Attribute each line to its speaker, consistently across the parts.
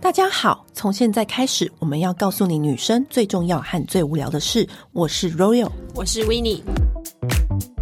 Speaker 1: 大家好，从现在开始，我们要告诉你女生最重要和最无聊的事。我是 Royal，
Speaker 2: 我是 w i n n i e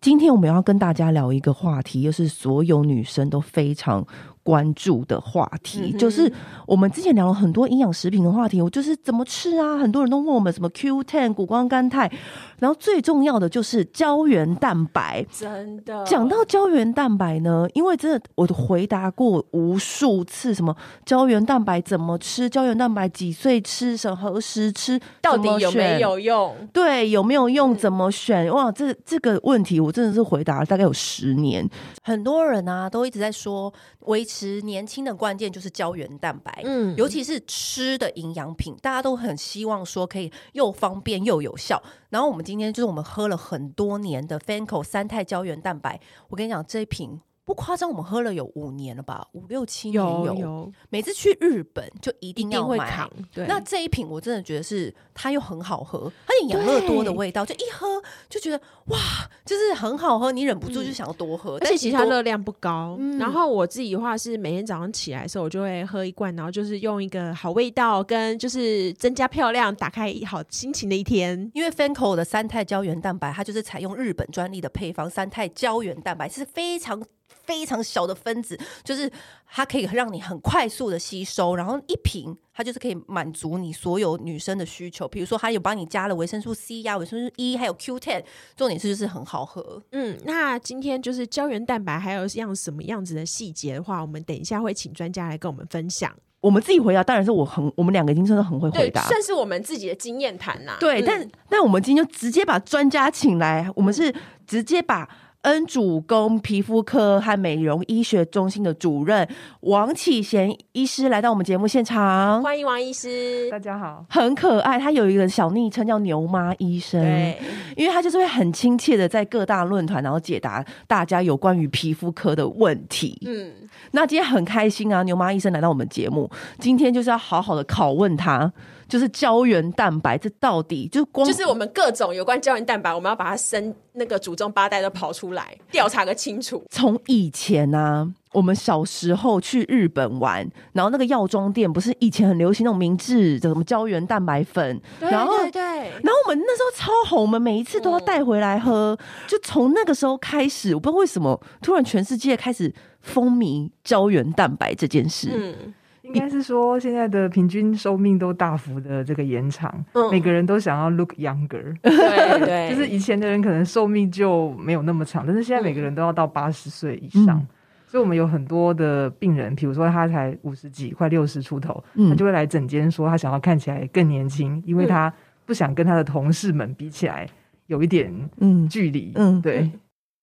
Speaker 1: 今天我们要跟大家聊一个话题，又是所有女生都非常关注的话题，就是我们之前聊了很多营养食品的话题，我就是怎么吃啊，很多人都问我们什么 Q Ten、谷胱甘肽，然后最重要的就是胶原蛋白。
Speaker 2: 真的
Speaker 1: 讲到胶原蛋白呢，因为真的我回答过无数次，什么胶原蛋白怎么吃，胶原蛋白几岁吃，什么何时吃，
Speaker 2: 到
Speaker 1: 怎
Speaker 2: 底
Speaker 1: 么
Speaker 2: 有没
Speaker 1: 选
Speaker 2: 有用？
Speaker 1: 对，有没有用？怎么选？哇，这这个问题我真的是回答了大概有十年。很多人啊都一直在说，维持年轻的关键就是胶原蛋白，
Speaker 2: 嗯
Speaker 1: 尤其是吃的营养品，大家都很希望说可以又方便又有效。然后我们今天就是我们喝了很多年的 Fanco 三肽胶原蛋白，我跟你讲这一瓶。不夸张，我们喝了有五年了吧，五六七年有。
Speaker 2: 有
Speaker 1: 每次去日本就一
Speaker 2: 一
Speaker 1: 定
Speaker 2: 定
Speaker 1: 要
Speaker 2: 会
Speaker 1: 买，
Speaker 2: 扛。对，
Speaker 1: 那这一瓶我真的觉得是它又很好喝，而且养乐多的味道，就一喝就觉得哇，就是很好喝，你忍不住就想要多喝。
Speaker 2: 嗯而且其实它
Speaker 1: 他
Speaker 2: 热量不高。
Speaker 1: 嗯
Speaker 2: 然后我自己的话是每天早上起来的时候，我就会喝一罐，然后就是用一个好味道跟就是增加漂亮，打开好心情的一天。
Speaker 1: 因为 Fanco 的三肽胶原蛋白，它就是采用日本专利的配方，三肽胶原蛋白是非常。非常小的分子，就是它可以让你很快速的吸收，然后一瓶它就是可以满足你所有女生的需求。比如说，它有帮你加了维生素 C 呀、维生素 E，还有 Q10，重点是就是很好喝。
Speaker 2: 嗯，那今天就是胶原蛋白还有像什么样子的细节的话，我们等一下会请专家来跟我们分享。
Speaker 3: 我们自己回答，当然是我很，我们两个已经真的很会回
Speaker 4: 对，
Speaker 3: 答。
Speaker 4: 算是我们自己的经验谈啦。
Speaker 3: 对，
Speaker 4: 嗯
Speaker 3: 但但我们今天就直接把专家请来，我们是直接把恩主公皮肤科和美容医学中心的主任王启贤医师来到我们节目现场。
Speaker 4: 欢迎王医师，
Speaker 3: 家好，很可爱，他有一个小昵称叫牛妈医生，
Speaker 4: 对，
Speaker 3: 因为他就是会很亲切的在各大论坛，然后解答大家有关于皮肤科的问题。
Speaker 4: 嗯，
Speaker 3: 那今天很开心啊，牛妈医生来到我们节目，今天就是要好好的拷问他，就是胶原蛋白这到底就是光
Speaker 4: 就是我们各种有关胶原蛋白，我们要把它生那个祖宗八代都刨出来，调查个清楚。
Speaker 3: 从以前啊，我们小时候去日本玩，然后那个药妆店不是以前很流行那种明治的什么胶原蛋白粉，然后。
Speaker 4: 对，
Speaker 3: 然后我们那时候超红，我们每一次都要带回来喝。就从那个时候开始，我不知道为什么突然全世界开始风靡胶原蛋白这件事。
Speaker 4: 嗯，
Speaker 5: 应该是说现在的平均寿命都大幅的这个延长，
Speaker 4: 嗯
Speaker 5: 每个人都想要 look younger，
Speaker 4: 对 对，
Speaker 5: 就是以前的人可能寿命就没有那么长，但是现在每个人都要到八十岁以上。
Speaker 3: 嗯
Speaker 5: 所以，我们有很多的病人，比如说他才五十几，快六十出头，
Speaker 3: 嗯
Speaker 5: 他就会来诊间说他想要看起来更年轻，因为
Speaker 4: 嗯
Speaker 5: 他不想跟他的同事们比起来有一点
Speaker 3: 嗯
Speaker 5: 距离。
Speaker 3: 嗯
Speaker 5: 对。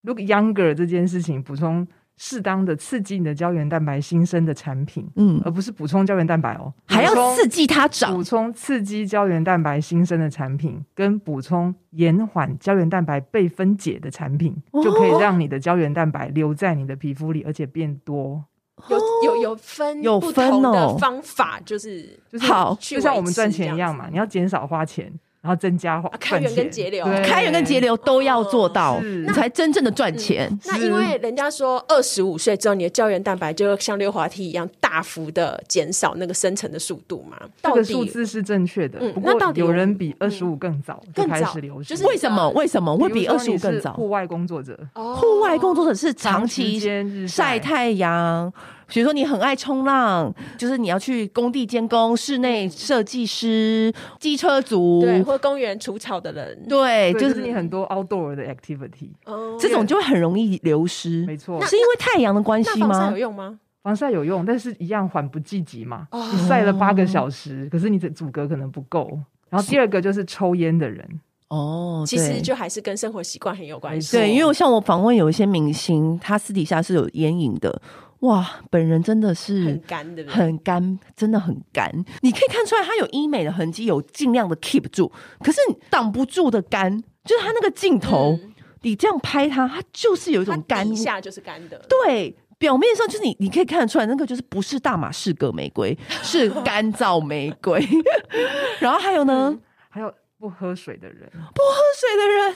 Speaker 5: look younger 这件事情，补充适当的刺激你的胶原蛋白新生的产品，
Speaker 3: 嗯，
Speaker 5: 而不是补充胶原蛋白哦，
Speaker 3: 还
Speaker 5: 补充
Speaker 3: 要刺激它长
Speaker 5: 补。充刺激胶原蛋白新生的产品，跟补充延缓胶原蛋白被分解的产品，
Speaker 3: 哦
Speaker 5: 就可以让你的胶原蛋白留在你的皮肤里，而且变多。
Speaker 4: 有有哦有分
Speaker 3: 有
Speaker 4: 不
Speaker 3: 分
Speaker 4: 同的
Speaker 3: 哦
Speaker 4: 方法，就是
Speaker 5: 就是
Speaker 3: 好
Speaker 5: 就像我们赚钱一样嘛，
Speaker 4: 去维持这样子
Speaker 5: 你要减少花钱，然后增加花
Speaker 4: 啊开源
Speaker 5: 赚钱
Speaker 4: 跟节流
Speaker 5: 对
Speaker 3: 开源跟节流都要做到，
Speaker 5: 是
Speaker 3: 你才真正的赚钱。
Speaker 4: 哦那因为人家说二十五岁之后，你的胶原蛋白就会像溜滑梯一样大幅的减少那个生成的速度嘛？
Speaker 5: 这
Speaker 4: 到
Speaker 5: 个
Speaker 4: 底
Speaker 5: 数字是正确的。
Speaker 4: 嗯
Speaker 5: 不
Speaker 4: 那到
Speaker 5: 过
Speaker 4: 底有
Speaker 5: 有人比二十五更早就
Speaker 4: 更
Speaker 5: 开
Speaker 4: 早
Speaker 5: 始流
Speaker 4: 就
Speaker 5: 行，
Speaker 4: 是
Speaker 3: 为什么？为什么会比
Speaker 5: 如
Speaker 3: 二
Speaker 5: 说
Speaker 3: 十
Speaker 5: 你
Speaker 3: 五更
Speaker 5: 是
Speaker 3: 早？
Speaker 5: 户外工作者
Speaker 4: 哦
Speaker 3: 户外工作者是
Speaker 5: 长
Speaker 3: 长期
Speaker 5: 时间日
Speaker 3: 晒太阳，比如说你很爱冲浪，就是你要去工地监工、室内设计师、机车族，
Speaker 4: 对，或公园除草的人，
Speaker 3: 对，就
Speaker 5: 对就是
Speaker 3: 是
Speaker 5: 你很多 outdoor 的 activity，
Speaker 4: 哦
Speaker 3: 这种就会很容易流失。
Speaker 5: 没错。
Speaker 3: 是因为太阳的关
Speaker 4: 那
Speaker 3: 系
Speaker 4: 防晒
Speaker 3: 吗
Speaker 4: 有？用吗？
Speaker 5: 防晒有用，但是一样缓不济急嘛。你晒了八个小时，可是你的阻隔可能不够。然后第二个就是抽烟的人，
Speaker 3: 哦，
Speaker 4: 其实
Speaker 3: 对
Speaker 4: 就还是跟生活习惯很有关系。
Speaker 3: 对，因为我像我访问有一些明星，他私底下是有烟瘾的，哇，本人真的是
Speaker 4: 很干，对不对？
Speaker 3: 很干，真的很干。你可以看出来，它有医美的痕迹，有尽量的 keep 住，可是挡不住的干，就是它那个镜头，
Speaker 4: 嗯
Speaker 3: 你这样拍它，它就是有一
Speaker 4: 它
Speaker 3: 种干
Speaker 4: 底。下就是干的，
Speaker 3: 对，表面上就是你，你可以看得出来，那个就是不是大马
Speaker 4: 嗯
Speaker 3: 士革玫瑰，是干燥玫瑰。然后还有呢，
Speaker 5: 还有不喝水的人，
Speaker 3: 水的人，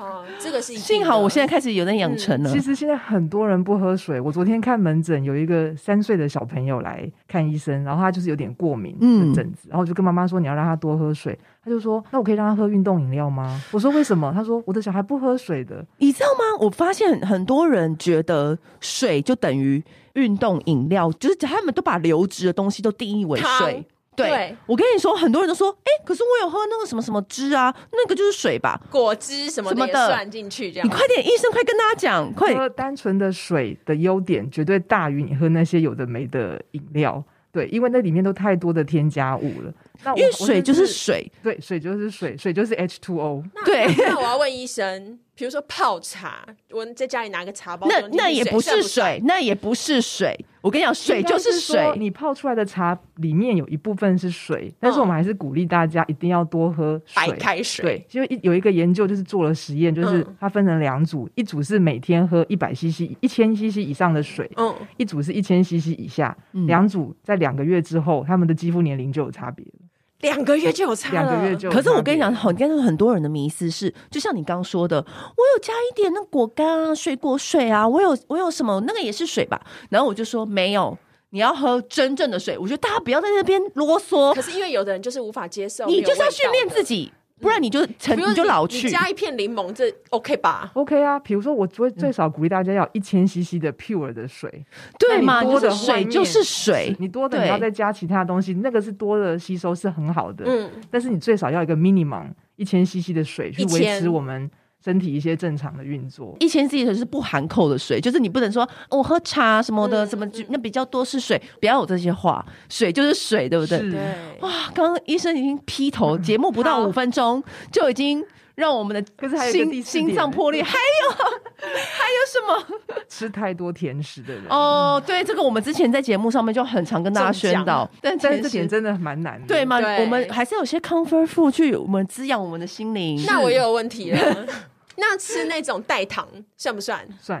Speaker 4: 哦，这个是一定
Speaker 3: 幸好
Speaker 4: 的
Speaker 3: 我现在开始有在养成了。
Speaker 4: 嗯
Speaker 5: 其实现在很多人不喝水。我昨天看门诊，有一个三岁的小朋友来看医生，然后他就是有点过敏的疹子，然后我就跟妈妈说你要让他多喝水，他就说那我可以让他喝运动饮料吗？我说为什么？他说我的小孩不喝水的。
Speaker 3: 你知道吗？我发现很多人觉得水就等于运动饮料，就是他们都把流质的东西都定义为
Speaker 4: 汤
Speaker 3: 水。对，
Speaker 4: 对
Speaker 3: 我跟你说，很多人都说，哎、可是我有喝那个什么什么汁啊，那个就是水吧？
Speaker 4: 果汁什么
Speaker 3: 什么
Speaker 4: 的也
Speaker 3: 的
Speaker 4: 算进去，这
Speaker 3: 你
Speaker 4: 样嗯
Speaker 3: 快点，医生，快跟大家讲，快！
Speaker 5: 喝单纯的水的优点绝对大于你喝那些有的没的饮料。对，因为那里面都太多的添加物了。那我
Speaker 3: 因为
Speaker 5: 我
Speaker 3: 水就是水，
Speaker 5: 对，水就是水，水就是 H two O。
Speaker 3: 对，
Speaker 4: 那我要问医生，比如说泡茶，我在家里拿个茶包，
Speaker 3: 那
Speaker 4: 丢进去
Speaker 3: 那也不
Speaker 4: 算
Speaker 3: 是水，那也不是水。我跟你讲，水就
Speaker 5: 应该说
Speaker 3: 水。
Speaker 5: 你泡出来的茶里面有一部分是水，但是我们还是鼓励大家一定要多喝水。
Speaker 4: 白开水，
Speaker 5: 对，就一有一个研究就是做了实验，就是
Speaker 4: 嗯
Speaker 5: 它分成两组，一组是每天喝一百 CC、一千 CC 以上的水，
Speaker 4: 嗯，
Speaker 5: 一组是一千 CC 以下。两组在两个月之后，他们的肌肤年龄就有差别了，
Speaker 4: 两个月就有差
Speaker 5: 两
Speaker 4: 了，
Speaker 5: 个月就有
Speaker 3: 可是我跟你讲，
Speaker 5: 差别了
Speaker 3: 很跟很多人的迷思是，就像你刚刚说的，我有加一点那果干啊、水果水啊，我有我有什么那个也是水吧？然后我就说没有，你要喝真正的水。我觉得大家不要在那边啰嗦
Speaker 4: 可，是因为有的人就是无法接受，
Speaker 3: 你就是要
Speaker 4: 没有味道的
Speaker 3: 训练自，己，不然你就成
Speaker 4: 比如说
Speaker 3: 你就老
Speaker 4: 你
Speaker 3: 去。
Speaker 4: 加一片柠檬，这 OK 吧？
Speaker 5: OK 啊。比如说，我最最少鼓励大家要一千 CC 的 pure 的水，
Speaker 3: 对嘛？
Speaker 5: 那你多的
Speaker 3: 就是水
Speaker 5: 外面
Speaker 3: 就是水，
Speaker 5: 你多的
Speaker 3: 对
Speaker 5: 你要再加其他东西，那个是多的吸收是很好的，
Speaker 4: 嗯，
Speaker 5: 但是你最少要一个 minimum 一千 CC 的水去维持
Speaker 4: 1000
Speaker 5: 我们身体一些正常的运作。
Speaker 3: 一千 cc 的水是不含口的水，就是你不能说、哦我喝茶什么的，
Speaker 4: 嗯
Speaker 3: 什么就
Speaker 4: 嗯
Speaker 3: 那比较多是水，不要有这些话，水就是水，对不对？
Speaker 5: 是
Speaker 4: 嗯对，
Speaker 3: 哇，刚刚医生已经劈头，节目不到
Speaker 4: 好
Speaker 3: 五分钟就已经让我们
Speaker 5: 可是还
Speaker 3: 的
Speaker 5: 有一
Speaker 3: 心
Speaker 5: 个第四点
Speaker 3: 心脏破裂，还有还有 什么？
Speaker 5: 吃太多甜食的人，
Speaker 3: 哦，对，这个我们之前在节目上面就很常跟大家宣导，但
Speaker 5: 但
Speaker 3: 其
Speaker 5: 是这点
Speaker 3: 实
Speaker 5: 真的蛮难的。
Speaker 3: 对嘛，
Speaker 4: 对
Speaker 3: 我们还是有些 comfort food 去我们滋养我们的心灵。
Speaker 4: 那我也有问题了。 那吃那种代糖算不算？
Speaker 5: 算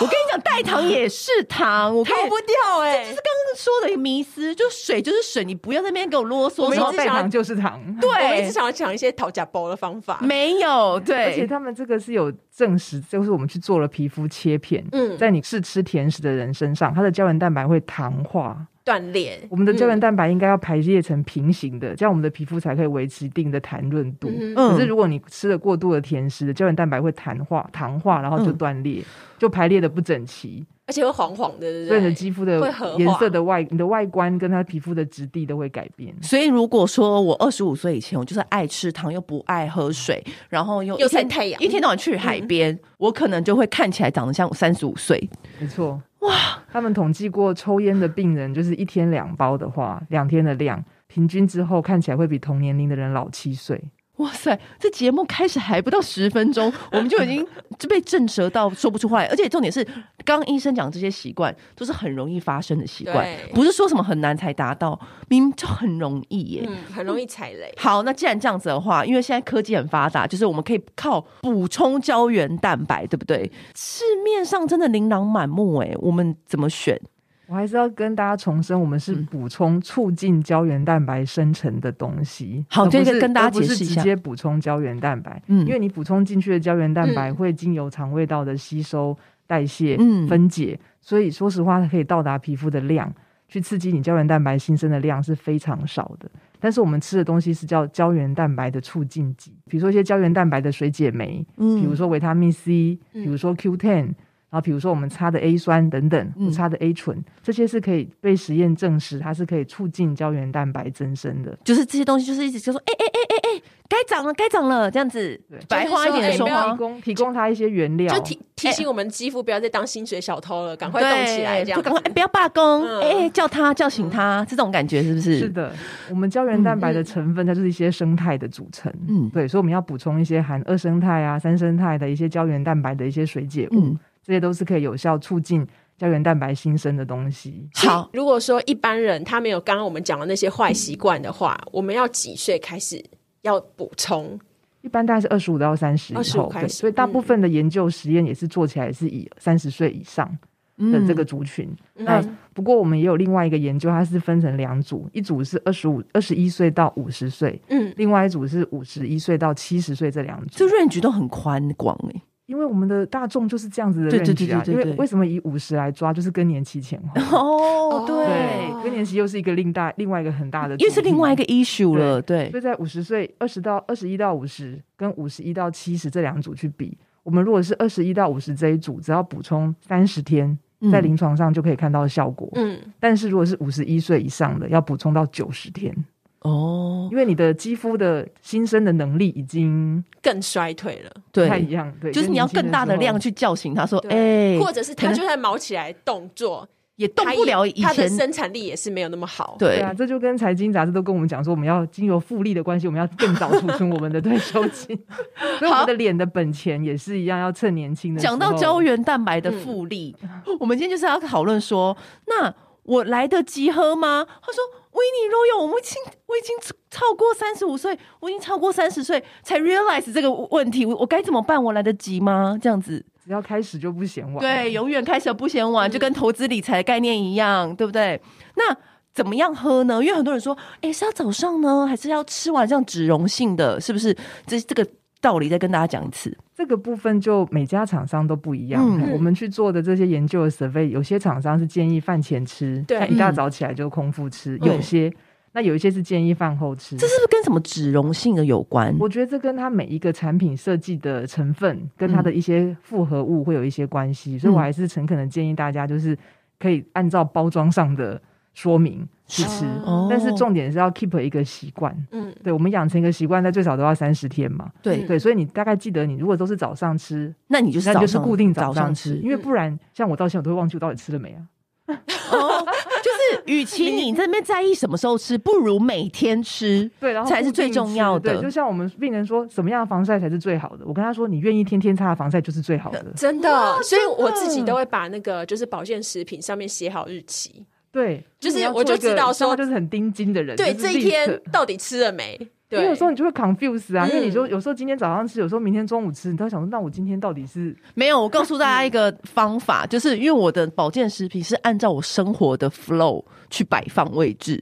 Speaker 3: 我跟你讲，代糖也是糖，我跟
Speaker 4: 逃
Speaker 3: 你
Speaker 4: 不掉哎、
Speaker 3: 就是刚刚说的一个迷思，就水就是水，你不要在那边给我啰
Speaker 4: 我
Speaker 3: 嗦。
Speaker 4: 们
Speaker 5: 然
Speaker 3: 然
Speaker 5: 后
Speaker 3: 后
Speaker 4: 一直
Speaker 5: 代
Speaker 4: 想要
Speaker 5: 糖就是糖。
Speaker 4: 我们一直
Speaker 3: 对，
Speaker 4: 想要讲一些讨价包的方法。
Speaker 3: 没有
Speaker 5: 而且
Speaker 3: 对，
Speaker 5: 他们这个是有证实，就是我们去做了皮肤切片，
Speaker 4: 嗯
Speaker 5: 在你是吃甜食的人身上，它的胶原蛋白会糖化，
Speaker 4: 断裂，
Speaker 5: 我们的胶原
Speaker 4: 嗯
Speaker 5: 蛋白应该要排列成平行的，这样我们的皮肤才可以维持一定的弹润度。
Speaker 4: 嗯哼
Speaker 5: 可是
Speaker 3: 嗯，
Speaker 5: 如果你吃了过度的甜食，胶原蛋白会弹化、糖化，然后就
Speaker 3: 嗯
Speaker 5: 断裂，就排列的不整齐，
Speaker 4: 而且会黄黄的，对
Speaker 5: 所
Speaker 4: 不
Speaker 5: 以你的
Speaker 4: 对？
Speaker 5: 肌肤的
Speaker 4: 会合
Speaker 5: 颜
Speaker 4: 化
Speaker 5: 色的外、你的外观跟它皮肤的质地都会改变。
Speaker 3: 所以如果说我二十五岁以前，我就是爱吃糖，又不爱喝水，然后又
Speaker 4: 又
Speaker 3: 一天
Speaker 4: 晒太阳嗯
Speaker 3: 一天到晚去海边，我可能就会看起来长得像三十五岁。
Speaker 5: 没错，哇，他们统计过抽烟的病人，就是一天两包的话，两天的量，平均之后看起来会比同年龄的人老七岁。
Speaker 3: 哇塞！这节目开始还不到十分 钟，我们就已经就被震慑到说不出话来。而且重点是，刚刚医生讲这些习惯都是很容易发生的习惯
Speaker 4: 对，
Speaker 3: 不是说什么很难才达到，明明就很容易耶。
Speaker 4: 嗯，很容易踩 雷。
Speaker 3: 好，那既然这样子的话，因为现在科技很发达，就是我们可以靠补充胶原蛋白，对不对？市面上真的琳琅满目哎、我们怎么选？
Speaker 5: 我还是要跟大家重申，我们是
Speaker 3: 嗯
Speaker 5: 补充促进胶原蛋白生成的东西。
Speaker 3: 好
Speaker 5: 而不
Speaker 3: 这个
Speaker 5: 是
Speaker 3: 跟大家
Speaker 5: 而不是
Speaker 3: 解释一下
Speaker 5: 直接补充胶原蛋白，
Speaker 3: 嗯
Speaker 5: 因为你补充进去的胶原蛋白
Speaker 4: 嗯
Speaker 5: 会经由肠胃道的吸收、代谢、
Speaker 3: 嗯
Speaker 5: 分解，所以说实话，它可以到达皮肤的量，去刺激你胶原蛋白新生的量是非常少的。但是我们吃的东西是叫胶原蛋白的促进剂，比如说一些胶原蛋白的水解酶，
Speaker 3: 嗯
Speaker 5: 比如说维他命 C，
Speaker 4: 嗯
Speaker 5: 比如说 Q10，、然后比如说我们擦的 A 酸等等，
Speaker 3: 嗯
Speaker 5: 我擦的 A 醇，这些是可以被实验证实它是可以促进胶原蛋白增生的。
Speaker 3: 就是这些东西，就是一直就说，哎哎哎哎哎，该长了，该长了，这样子
Speaker 5: 对，
Speaker 3: 白话一点的
Speaker 4: 就是说
Speaker 3: 说
Speaker 4: 哎不要
Speaker 3: 话
Speaker 5: 提。供提供它一些原料
Speaker 4: 就，提提醒我们肌肤不要再当薪水小偷了，赶快动起来，
Speaker 3: 对
Speaker 4: 这样
Speaker 3: 就
Speaker 4: 子
Speaker 3: 赶快哎不要罢工，哎、
Speaker 4: 嗯
Speaker 3: 叫他叫醒他，这种感觉是不是？
Speaker 5: 是，的，我们胶原蛋白的成分它就是一些生态的组成，
Speaker 3: 嗯
Speaker 5: 对，所以我们要补充一些含二生态啊、三生态的一些胶原蛋白的一些水解物，
Speaker 3: 嗯，
Speaker 5: 这些都是可以有效促进胶原蛋白新生的东西。
Speaker 3: 好，
Speaker 4: 如果说一般人他没有刚刚我们讲的那些坏习惯的话，我们要几岁开始要补充？
Speaker 5: 一般大概是二十五到三十以
Speaker 4: 25
Speaker 5: 后，
Speaker 4: 开
Speaker 5: 对
Speaker 4: 始
Speaker 5: 所以大
Speaker 4: 嗯
Speaker 5: 部分的研究实验也是做起来是以三十岁以上的
Speaker 3: 嗯
Speaker 5: 这个族群。那不过我们也有另外一个研究，它是分成两组，一组是二十五、二十一岁到五十岁，
Speaker 4: 嗯，
Speaker 5: 另外一组是五十一岁到七十岁这两组。
Speaker 3: 这 range 都很宽广哎、
Speaker 5: 因为我们的大众就是这样子的
Speaker 3: 对对
Speaker 5: range 啊，
Speaker 3: 对对对
Speaker 5: 因为
Speaker 3: 对
Speaker 5: 为什么以五十来抓，就是更年期前后。
Speaker 3: 哦，对
Speaker 4: 嗯对，嗯
Speaker 5: 更年期又是一个另大另外一个很大的主题，
Speaker 3: 因为是另外一个 issue
Speaker 5: 对
Speaker 3: 了，对
Speaker 5: 所，以在五十岁二十到二十一到五十跟五十一到七十这两组去比，我们如果是二十一到五十这一组，只要补充三十天，
Speaker 3: 嗯
Speaker 5: 在临床上就可以看到效果。
Speaker 4: 嗯，
Speaker 5: 但是如果是五十一岁以上的，要补充到九十天，
Speaker 3: 哦，
Speaker 5: 因为你的肌肤的新生的能力已经
Speaker 4: 更衰退了，
Speaker 5: 不太
Speaker 3: 对
Speaker 5: 一，样，对，
Speaker 3: 就是
Speaker 5: 跟
Speaker 3: 你要
Speaker 5: 年轻
Speaker 3: 更大的
Speaker 5: 时候
Speaker 3: 量去叫醒他说，哎
Speaker 4: 对，或者是他就算毛起来动作，
Speaker 3: 也动不了以
Speaker 4: 他也他的
Speaker 3: 前，
Speaker 4: 生产力也是没有那么好。
Speaker 5: 对
Speaker 3: 对
Speaker 5: 啊，这就跟财经杂志都跟我们讲说，我们要经由复利的关系，我们要更早储存我们的 退休金，所以我们的脸的本钱也是一样，要趁年轻的时候。
Speaker 3: 讲到胶原蛋白的复利，我们今天就是要讨论说，那我来得及喝吗？他说。维尼肉用，我已经我已经超过三十五岁，我已经超过三十岁才 realize 这个问题，我我该怎么办？我来得及吗？这样子，
Speaker 5: 只要开始就不嫌晚。
Speaker 3: 对，永远开始不嫌
Speaker 5: 嗯
Speaker 3: 晚，就跟投资理财的概念一样，对不对？那怎么样喝呢？因为很多人说，哎，是要早上呢，还是要吃完这样脂溶性的？是不是？这这个道理再跟大家讲一次。
Speaker 5: 这个部分就每家厂商都不一样。
Speaker 3: 嗯
Speaker 5: 我们去做的这些研究的 survey，有些厂商是建议饭前吃，
Speaker 4: 对
Speaker 5: 像一大早起来就空腹吃；
Speaker 3: 嗯
Speaker 5: 有些那有一些是建议饭后吃。
Speaker 3: 这是不是跟什么脂溶性的有关？
Speaker 5: 我觉得这跟它每一个产品设计的成分跟它的一些复合物会有一些关系，所
Speaker 3: 嗯
Speaker 5: 以我还是诚恳的建议大家，就是可以按照包装上的说明去吃，
Speaker 3: 哦
Speaker 5: 但是重点是要 keep 一个习惯。
Speaker 4: 嗯，
Speaker 5: 对我们养成一个习惯，那最少都要三十天嘛。
Speaker 3: 对，
Speaker 5: 对，所以你大概记得，你如果都是早上吃，
Speaker 3: 那你就是
Speaker 5: 那
Speaker 3: 早
Speaker 5: 就是
Speaker 3: 上
Speaker 5: 固定早
Speaker 3: 早
Speaker 5: 上吃，
Speaker 3: 吃， 嗯
Speaker 5: 因为不然像我到现在我都会忘记我到底吃了没啊。
Speaker 3: 哦，就是与其你在那边在意什么时候吃，不如每天吃。
Speaker 5: 对，然后
Speaker 3: 才是
Speaker 5: 固定
Speaker 3: 最重要的
Speaker 5: 吃对，就像我们病人说，什么样的防晒才是最好的？我跟他说，你愿意天天擦的防晒就是最好
Speaker 3: 呃
Speaker 5: 的。
Speaker 4: 真的，所以我自己都会把那个就是保健食品上面写好日期，
Speaker 5: 对，
Speaker 4: 就是
Speaker 5: 你要
Speaker 4: 我就
Speaker 5: 做一个
Speaker 4: 知道
Speaker 5: 像
Speaker 4: 说
Speaker 5: 他就是很盯紧的人，
Speaker 4: 对
Speaker 5: 就是
Speaker 4: 这一
Speaker 5: 立刻
Speaker 4: 天。到底吃了没？
Speaker 5: 因为
Speaker 4: 对
Speaker 5: 有时，候你就会 confuse 啊，因为你
Speaker 4: 嗯
Speaker 5: 就有时候今天早上吃，有时候明天中午吃，你都会想说，那我今天到底是
Speaker 3: 没有，我告诉大家一个方法，就是因为我的保健食品是按照我生活的 flow 去摆放位置，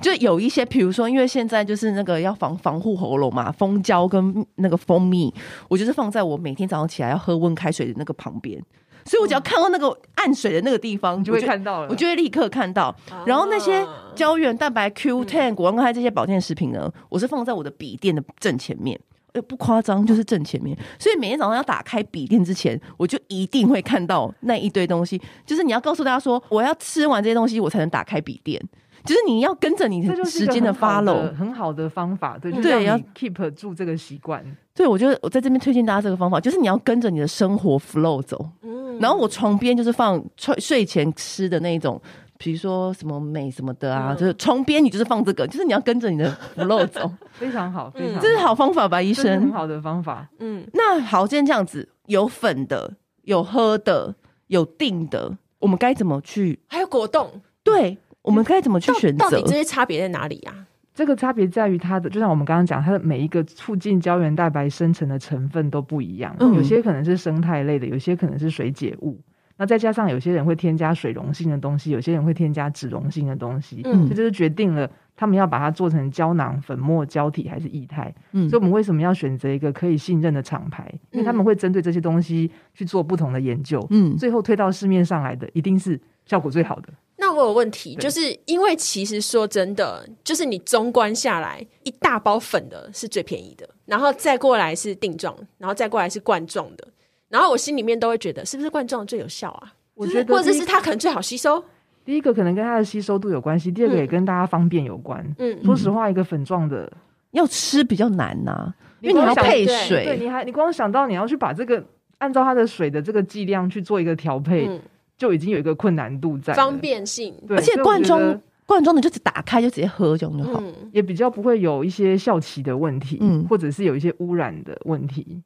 Speaker 3: 就有一些，比如说，因为现在就是那个要防防护喉咙嘛，蜂胶跟那个蜂蜜，我就是放在我每天早上起来要喝温开水的那个旁边，所以我只要看到那个暗水的那个地方，
Speaker 5: 你就会
Speaker 3: 我
Speaker 5: 看到了，啊
Speaker 3: 我就会立刻看到。然后那些胶原蛋白 Q
Speaker 5: 嗯
Speaker 3: Ten、果甘肽这些保健食品呢，我是放在我的笔电的正前面。呃，不夸
Speaker 5: 嗯
Speaker 3: 张，就是正前面。所以每天早上要打开笔电之前，我就一定会看到那一堆东西。就是你要告诉大家说，我要吃完这些东西，我才能打开笔电。就是你要跟着你
Speaker 5: 这就是
Speaker 3: 时
Speaker 5: 一个
Speaker 3: 间的
Speaker 5: 很好
Speaker 3: follow。嗯
Speaker 5: 很好的方法，对，就
Speaker 3: 对
Speaker 5: 让
Speaker 3: 要
Speaker 5: 你 keep 住这个习惯。
Speaker 3: 对，我觉得我在这边推荐大家这个方法，就是你要跟着你的生活 flow 走。
Speaker 4: 嗯
Speaker 3: 然后我床边就是放睡睡前吃的那一种，比如说什么美什么的啊，就是床边你就是放这个，就是你要跟着你的 flow 走，
Speaker 5: 非常好，非常
Speaker 4: 嗯
Speaker 3: 这是好方法吧，医
Speaker 5: 这是很
Speaker 3: 生？
Speaker 5: 好的方法。
Speaker 4: 嗯，
Speaker 3: 那好，今天这样子，有粉的，有喝的，有定的，我们该怎么去？
Speaker 4: 还有果冻，
Speaker 3: 对，我们该怎么去
Speaker 4: 嗯到
Speaker 3: 选
Speaker 4: 到底
Speaker 3: 择
Speaker 4: 这？些差别在哪里啊呀？
Speaker 5: 这个差别在于它的，就像我们刚刚讲，它的每一个促进胶原蛋白生成的成分都不一样，
Speaker 3: 嗯
Speaker 5: 有些可能是生态类的，有些可能是水解物。那再加上有些人会添加水溶性的东西，有些人会添加脂溶性的东西，
Speaker 4: 嗯
Speaker 5: 这就是决定了他们要把它做成胶囊、粉末、胶体还是液态。
Speaker 3: 嗯
Speaker 5: 所以我们为什么要选择一个可以信任的厂牌？
Speaker 4: 嗯
Speaker 5: 因为他们会针对这些东西去做不同的研究，
Speaker 3: 嗯，
Speaker 5: 最后推到市面上来的一定是效果最好的。
Speaker 4: 那我有问题，
Speaker 5: 对
Speaker 4: 就是因为其实说真的，就是你中观下来一大包粉的是最便宜的，然后再过来是定状，然后再过来是罐状的，然后我心里面都会觉得是不是罐状最有效啊？
Speaker 5: 我
Speaker 4: 就是
Speaker 5: 觉得
Speaker 4: 或者
Speaker 5: 第一
Speaker 4: 是它可能最好吸收，
Speaker 5: 第一个可能跟它的吸收度有关系，第二个
Speaker 4: 嗯
Speaker 5: 也跟大家方便有关。
Speaker 4: 嗯
Speaker 5: 说实话，一个粉状的，
Speaker 3: 要吃比较难呐、因为
Speaker 5: 你
Speaker 3: 你还要
Speaker 5: 光想
Speaker 3: 配
Speaker 4: 对
Speaker 5: 对，
Speaker 3: 水，
Speaker 5: 你还你光想到你要去把这个按照它的水的这个剂量去做一个调配，
Speaker 4: 嗯，
Speaker 5: 就已经有一个困难度在了。
Speaker 4: 方便性，
Speaker 5: 对，
Speaker 3: 而且
Speaker 5: 所以我
Speaker 3: 罐
Speaker 5: 觉
Speaker 3: 装
Speaker 5: 得
Speaker 3: 罐装的就只打开就直接喝这样就好。
Speaker 4: 嗯，
Speaker 5: 也比较不会有一些效期的问题，
Speaker 3: 嗯
Speaker 5: 或者是有一些污染的问题。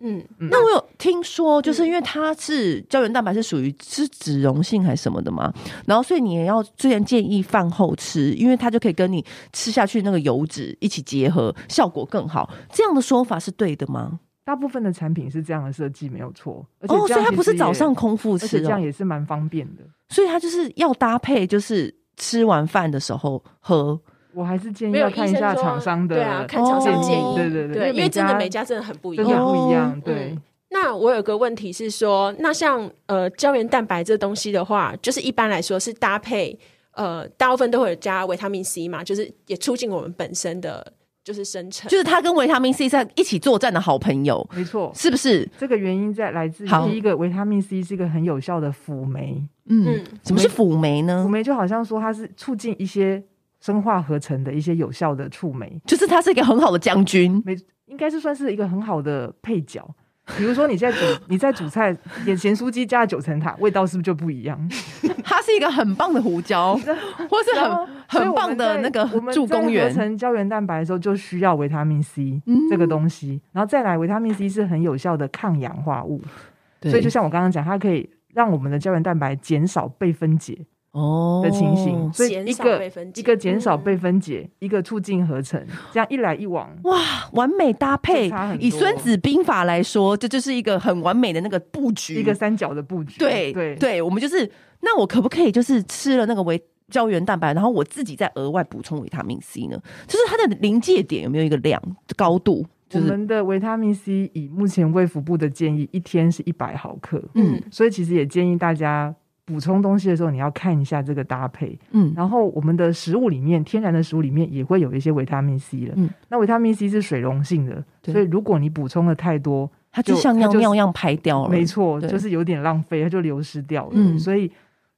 Speaker 4: 嗯，
Speaker 5: 嗯
Speaker 3: 那我有听说，就是因为它是胶原蛋白是属于是脂溶性还是什么的嘛，然后所以你也要虽然建议饭后吃，因为它就可以跟你吃下去那个油脂一起结合，效果更好。这样的说法是对的吗？
Speaker 5: 大部分的产品是这样的设计，没有错。而且
Speaker 3: 哦，所
Speaker 5: 这
Speaker 3: 以
Speaker 5: 样
Speaker 3: 它
Speaker 5: 其
Speaker 3: 不是
Speaker 5: 实
Speaker 3: 早
Speaker 5: 也
Speaker 3: 上空腹
Speaker 5: 而且
Speaker 3: 吃
Speaker 5: 这样
Speaker 3: 哦，
Speaker 5: 也是蛮方便的。
Speaker 3: 所以它就是要搭配，就是吃完饭的时候喝。
Speaker 5: 我还是建议
Speaker 4: 没有
Speaker 5: 要
Speaker 4: 医
Speaker 5: 看一
Speaker 4: 生
Speaker 5: 下
Speaker 4: 说
Speaker 5: 厂商的
Speaker 4: 对啊，看厂商
Speaker 3: 哦
Speaker 4: 建议，
Speaker 5: 对对对
Speaker 4: 对，因为真的每
Speaker 5: 家
Speaker 4: 家真的很不一
Speaker 5: 真的
Speaker 4: 样。
Speaker 5: 不一样
Speaker 3: 哦，
Speaker 5: 对
Speaker 4: 嗯，那我有个问题是说，那像呃胶原蛋白这东西的话，就是一般来说是搭配呃大部分都会有加维他命 C 嘛，就是也促进我们本身的就是生成。
Speaker 3: 就是它跟维他命 C 在一起作战的好朋友，
Speaker 5: 没错。
Speaker 3: 是不是？
Speaker 5: 这个原因在来自于
Speaker 3: 好
Speaker 5: 第一个，维他命 C 是一个很有效的辅酶，
Speaker 3: 嗯，
Speaker 4: 嗯，
Speaker 3: 什么是辅酶呢
Speaker 5: 辅？酶就好像说它是促进一些生化合成的一些有效的触媒，
Speaker 3: 就是它是一个很好的将军，
Speaker 5: 应该是算是一个很好的配角。比如说 你在煮你在煮菜，盐咸酥鸡加了九层塔，味道是不是就不一样？
Speaker 3: 它是一个很棒的胡 椒，或是
Speaker 5: 然后
Speaker 3: 很
Speaker 5: 所以
Speaker 3: 很
Speaker 5: 我
Speaker 3: 棒
Speaker 5: 们
Speaker 3: 的
Speaker 5: 在
Speaker 3: 那个
Speaker 5: 我们
Speaker 3: 助
Speaker 5: 在
Speaker 3: 攻员
Speaker 5: 合。成胶原蛋白的时候就需要维他命 C 这
Speaker 3: 嗯
Speaker 5: 个东西，然后再来维他命 C 是很有效的抗氧化物，
Speaker 3: 对
Speaker 5: 所以就像我刚刚讲，它可以让我们的胶原蛋白减少被分解
Speaker 3: 哦
Speaker 5: 的情形，所以
Speaker 4: 减
Speaker 5: 一
Speaker 4: 少
Speaker 5: 个
Speaker 4: 被分解嗯
Speaker 5: 一个减少被分解，一个促进合成，这样一来一往，
Speaker 4: 嗯
Speaker 3: 哇，完美搭配
Speaker 5: 就差很！多
Speaker 3: 以《孙子兵法》来说，这就是一个很完美的那个布局，
Speaker 5: 一个三角的布局，
Speaker 3: 对
Speaker 5: 对
Speaker 3: 对，我们就是那我可不可以就是吃了那个维胶原蛋白，然后我自己再额外补充维他命 C 呢？就是它的临界点有没有一个量高度？就
Speaker 5: 我
Speaker 3: 是
Speaker 5: 们的维他命 C 以目前卫福部的建议，一天是一百毫克，
Speaker 3: 嗯
Speaker 5: 所以其实也建议大家补充东西的时候，你要看一下这个搭配。
Speaker 3: 嗯
Speaker 5: 然后我们的食物里面，天然的食物里面也会有一些维他命 C 了。
Speaker 3: 嗯
Speaker 5: 那维他命 C 是水溶性的，
Speaker 3: 对
Speaker 5: 所以如果你补充的太多，
Speaker 3: 它就
Speaker 5: 就
Speaker 3: 像
Speaker 5: 它
Speaker 3: 尿
Speaker 5: 就是
Speaker 3: 尿一样排掉了，
Speaker 5: 没错，
Speaker 3: 对
Speaker 5: 就是有点浪费，它就流失掉了。
Speaker 3: 嗯
Speaker 5: 所以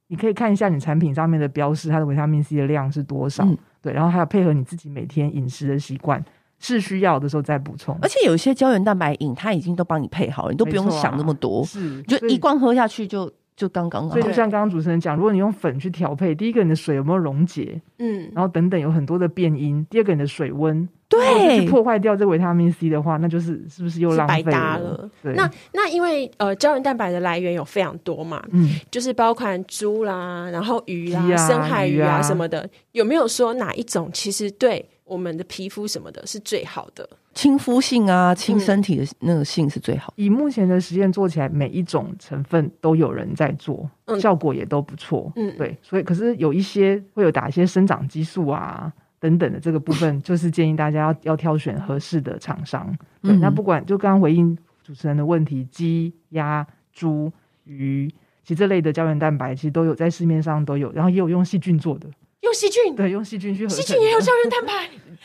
Speaker 5: 你可以看一下你产品上面的标示，它的维他命 C 的量是多少。
Speaker 3: 嗯
Speaker 5: 对，然后还有配合你自己每天饮食的习惯，是需要的时候再补充。
Speaker 3: 而且有一些胶原蛋白饮，它已经都帮你配好了，你都不用
Speaker 5: 没错啊
Speaker 3: 想那么多，
Speaker 5: 是，
Speaker 3: 你就
Speaker 5: 所以
Speaker 3: 一啊罐喝下去就就刚刚好
Speaker 5: 所以。就像刚刚主持人讲，如果你用粉去调配，第一个你的水有没有溶解，
Speaker 4: 嗯，
Speaker 5: 然后等等有很多的变因；第二个你的水温，如果
Speaker 3: 对
Speaker 5: 去，破坏掉这维他命 C 的话，那就是是不是又
Speaker 4: 是
Speaker 5: 浪
Speaker 4: 百
Speaker 5: 费
Speaker 4: 搭
Speaker 5: 了
Speaker 4: 了？
Speaker 5: 对，
Speaker 4: 那那因为呃胶原蛋白的来源有非常多嘛，
Speaker 5: 嗯，
Speaker 4: 就是包含猪啦，然后鱼
Speaker 5: 鸡
Speaker 4: 啦、
Speaker 5: 啊
Speaker 4: 深海鱼
Speaker 5: 鱼啊
Speaker 4: 啊什么的，有没有说哪一种其实对我们的皮肤什么的是最好的？
Speaker 3: 亲肤性啊，亲
Speaker 4: 嗯
Speaker 3: 身体的那个性是最好的。
Speaker 5: 以目前的实验做起来，每一种成分都有人在做，
Speaker 4: 嗯
Speaker 5: 效果也都不错。
Speaker 4: 嗯
Speaker 5: 对，所以可是有一些会有打一些生长激素啊等等的这个部 分，就是建议大家要要挑选合适的厂商。对，
Speaker 3: 嗯
Speaker 5: 那不管就刚刚回应主持人的问题，鸡、鸭、猪、鱼，其实这类的胶原蛋白其实都有在市面上都有，然后也有用细菌做的，
Speaker 4: 用细菌，
Speaker 5: 对，用细菌去合
Speaker 4: 细
Speaker 5: 成
Speaker 4: 菌也有
Speaker 5: 的。
Speaker 4: 胶原蛋白，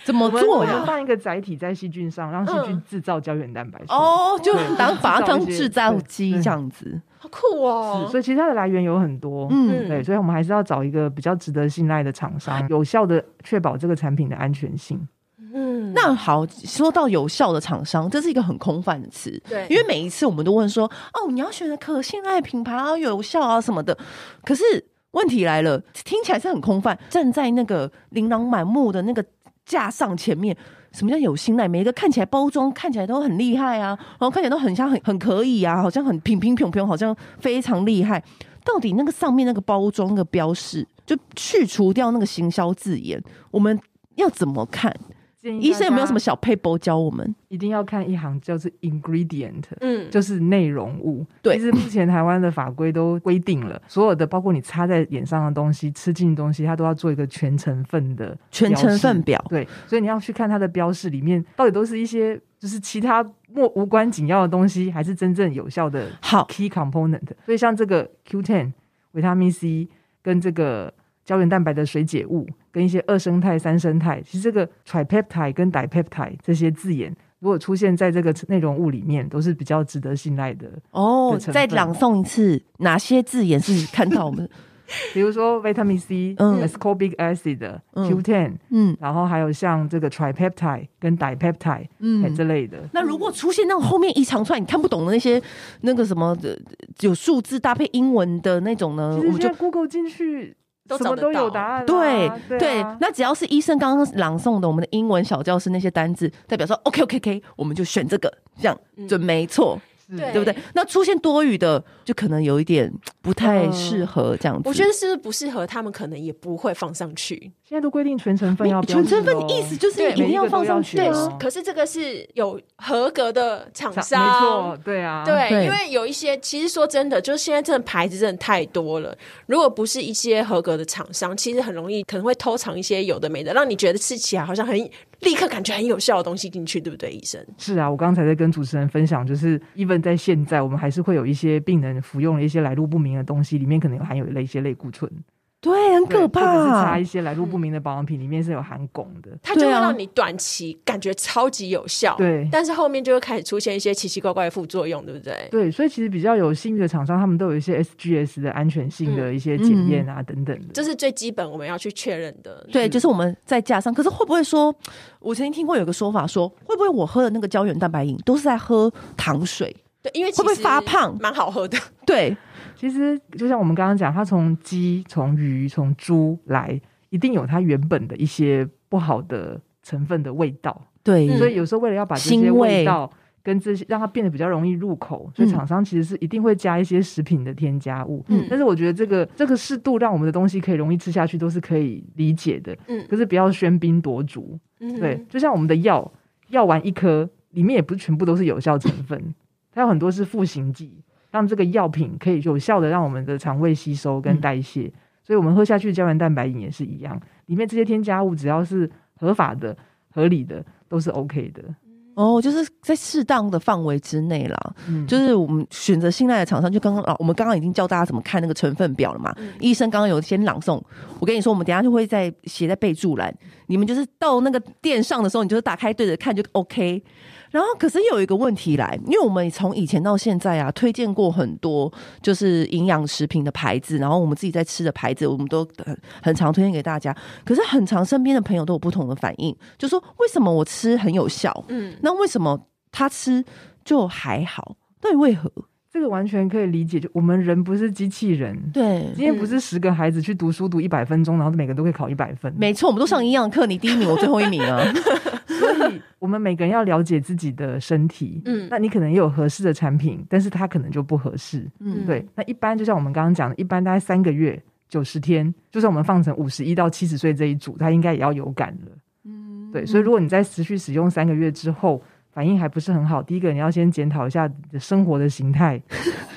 Speaker 3: 怎么
Speaker 5: 我们
Speaker 3: 做
Speaker 5: 我们
Speaker 3: 呀？
Speaker 5: 放一个载体在细菌上，让细菌
Speaker 4: 嗯
Speaker 5: 制造胶原蛋白出来。
Speaker 3: 哦，就
Speaker 5: 对
Speaker 3: 当把它
Speaker 5: 制造一
Speaker 3: 当
Speaker 5: 些
Speaker 3: 制造
Speaker 5: 对
Speaker 3: 机
Speaker 5: 对
Speaker 3: 这样子。
Speaker 4: 好酷
Speaker 5: 是，
Speaker 4: 哦！
Speaker 5: 所以其实它的来源有很多，
Speaker 3: 嗯
Speaker 5: 对，所以我们还是要找一个比较值得信赖的厂商，有效的确保这个产品的安全性。
Speaker 4: 嗯，
Speaker 3: 那好，说到有效的厂商，这是一个很空泛的词，
Speaker 4: 对，
Speaker 3: 因为每一次我们都问说，哦，你要选择可信赖品牌啊、有效啊什么的，可是问题来了，听起来是很空泛。站在那个琳琅满目的那个架上前面，什么叫有信赖？每一个看起来包装看起来都很厉害啊，然后看起来都很像很很可以啊，好像很平平平平，好像非常厉害。到底那个上面那个包装的标示，就去除掉那个行销字眼，我们要怎么看？
Speaker 5: 建议
Speaker 3: 医生有没有什么
Speaker 5: 大家
Speaker 3: 小配包教我们？
Speaker 5: 一定要看一行叫做 ingredient，
Speaker 4: 嗯，
Speaker 5: 就是内容物。
Speaker 3: 对
Speaker 5: 其实目前台湾的法规都规定了，所有的包括你擦在脸上的东西、吃进的东西，它都要做一个全成分的
Speaker 3: 全成分
Speaker 5: 标
Speaker 3: 表
Speaker 5: 示。对，所以你要去看它的标示里面到底都是一些就是其他莫无关紧要的东西，还是真正有效的
Speaker 3: 好，
Speaker 5: key component。所以像这个 Q10 维他命 C 跟这个胶原蛋白的水解物，跟一些二生态、三生态，其实这个 tripeptide 跟 dipeptide 这些字眼，如果出现在这个内容物里面，都是比较值得信赖的。
Speaker 3: 哦，
Speaker 5: 的成分
Speaker 3: 再朗诵一次，哪些字眼是看到我们？
Speaker 5: 比如说维他命 C、
Speaker 3: 嗯
Speaker 5: ascorbic acid、
Speaker 3: 嗯
Speaker 5: Q10，
Speaker 3: 嗯
Speaker 5: 然后还有像这个 tripeptide 跟 dipeptide 哎这
Speaker 3: 嗯。
Speaker 5: 类的。
Speaker 3: 那如果出现那种后面一长串你看不懂的那些那个什么的，有数字搭配英文的那种呢，呃
Speaker 5: 其
Speaker 3: 我
Speaker 5: 实
Speaker 3: 们
Speaker 5: 现
Speaker 3: 就
Speaker 5: 在 Google 进去，
Speaker 4: 都
Speaker 5: 什
Speaker 4: 找
Speaker 5: 么
Speaker 4: 得
Speaker 5: 都有
Speaker 4: 到
Speaker 5: 答案、啊。
Speaker 3: 对
Speaker 5: 对
Speaker 3: 对
Speaker 5: 啊，
Speaker 3: 那只要是医生刚刚朗诵的我们的英文小教室那些单字，代表说 OK OK OK，我们就选这个，这样
Speaker 4: 嗯
Speaker 3: 准没错，
Speaker 5: 是
Speaker 4: 对
Speaker 3: 对不对？那出现多余的，就可能嗯有一点不太适合这样子。
Speaker 4: 我觉得是不是不适合他们，可能也不会放上去，
Speaker 5: 现在都规定全成分要标
Speaker 3: 纯
Speaker 5: 示
Speaker 3: 成分
Speaker 5: 哦
Speaker 3: 的意思就是
Speaker 4: 对
Speaker 3: 一定放上去
Speaker 5: 每一个都要
Speaker 3: 啊
Speaker 5: 选。
Speaker 4: 可是这个是有合格的厂
Speaker 5: 没
Speaker 4: 商，
Speaker 5: 错，对啊，
Speaker 4: 对，
Speaker 3: 对
Speaker 4: 因为有一些，其实说真的，就是现在真的牌子真的太多了。如果不是一些合格的厂商，其实很容易可能会偷藏一些有的没的，让你觉得吃起来好像很立刻感觉很有效的东西进去，对不对，医生？
Speaker 5: 是啊，我刚才在跟主持人分享，就是 even 在现在，我们还是会有一些病人服用了一些来路不明的东西，里面可能有含有类一些类固醇，
Speaker 3: 对，很可
Speaker 5: 对或者是擦
Speaker 3: 怕
Speaker 5: 一。些来路不明的保养品，里面是有含汞的。
Speaker 4: 它就会
Speaker 3: 对啊
Speaker 4: 让你短期感觉超级有效，
Speaker 5: 对
Speaker 4: 但是后面就会开始出现一些奇奇怪怪的副作用，对不对？
Speaker 5: 对，所以其实比较有信誉的厂商，他们都有一些 SGS 的安全性的一些检验啊、等等的。
Speaker 4: 这是最基本我们要去确认的。
Speaker 1: 是
Speaker 3: 对，就是我们在架上，可是会不会说，我曾经听过有个说法说，会不会我喝的那个胶原蛋白饮都是在喝糖水？
Speaker 4: 对，因为
Speaker 3: 会不会
Speaker 4: 其实
Speaker 3: 发胖
Speaker 4: 蛮好喝的，
Speaker 3: 对，
Speaker 5: 其实就像我们刚刚讲，它从鸡、从鱼、从猪来，一定有它原本的一些不好的成分的味道。
Speaker 3: 对，
Speaker 5: 嗯所以有时候为了要把这些
Speaker 3: 腥
Speaker 5: 味
Speaker 3: 味
Speaker 5: 道跟这些让它变得比较容易入口，所以
Speaker 3: 嗯
Speaker 5: 厂商其实是一定会加一些食品的添加物。
Speaker 3: 嗯
Speaker 5: 但是我觉得这个这个适度让我们的东西可以容易吃下去，都是可以理解的。
Speaker 4: 嗯
Speaker 5: 可是不要喧宾夺主。
Speaker 4: 嗯
Speaker 5: 对，就像我们的药，药丸一颗里面也不是全部都是有效成分，它有很多是赋形剂，让这个药品可以有效的让我们的肠胃吸收跟
Speaker 3: 嗯
Speaker 5: 代谢。所以我们喝下去胶原蛋白饮也是一样，里面这些添加物只要是合法的、合理的，都是 OK 的。
Speaker 3: 哦，就是在适当的范围之内啦。
Speaker 5: 嗯，
Speaker 3: 就是我们选择信赖的厂商，就刚刚啊老我们刚刚已经教大家怎么看那个成分表了嘛。医生刚刚有先朗诵，我跟你说，我们等一下就会在写在备注栏，你们就是到那个店上的时候，你就是打开对着看就 OK。然后可是有一个问题来，因为我们从以前到现在啊，推荐过很多就是营养食品的牌子，然后我们自己在吃的牌子，我们都很很常推荐给大家。可是很常身边的朋友都有不同的反应，就说为什么我吃很有效，
Speaker 4: 嗯，
Speaker 3: 那为什么他吃就还好？到底为何？
Speaker 5: 这个完全可以理解，就我们人不是机器人。
Speaker 3: 对，嗯
Speaker 5: 今天不是十个孩子去读书读一百分钟，然后每个人都可以考一百分。
Speaker 3: 没错，我们都上营养课，你第一名，我最后一名 啊。
Speaker 5: 所以我们每个人要了解自己的身体。
Speaker 4: 嗯
Speaker 5: 那你可能也有合适的产品，但是它可能就不合适。
Speaker 3: 嗯，
Speaker 5: 对，那一般就像我们刚刚讲的，一般大概三个月、九十天，就算我们放成五十一到七十岁这一组，它应该也要有感了。嗯，对，所以如果你在持续使用三个月之后，反应还不是很好，第一个你要先检讨一下你的生活的形态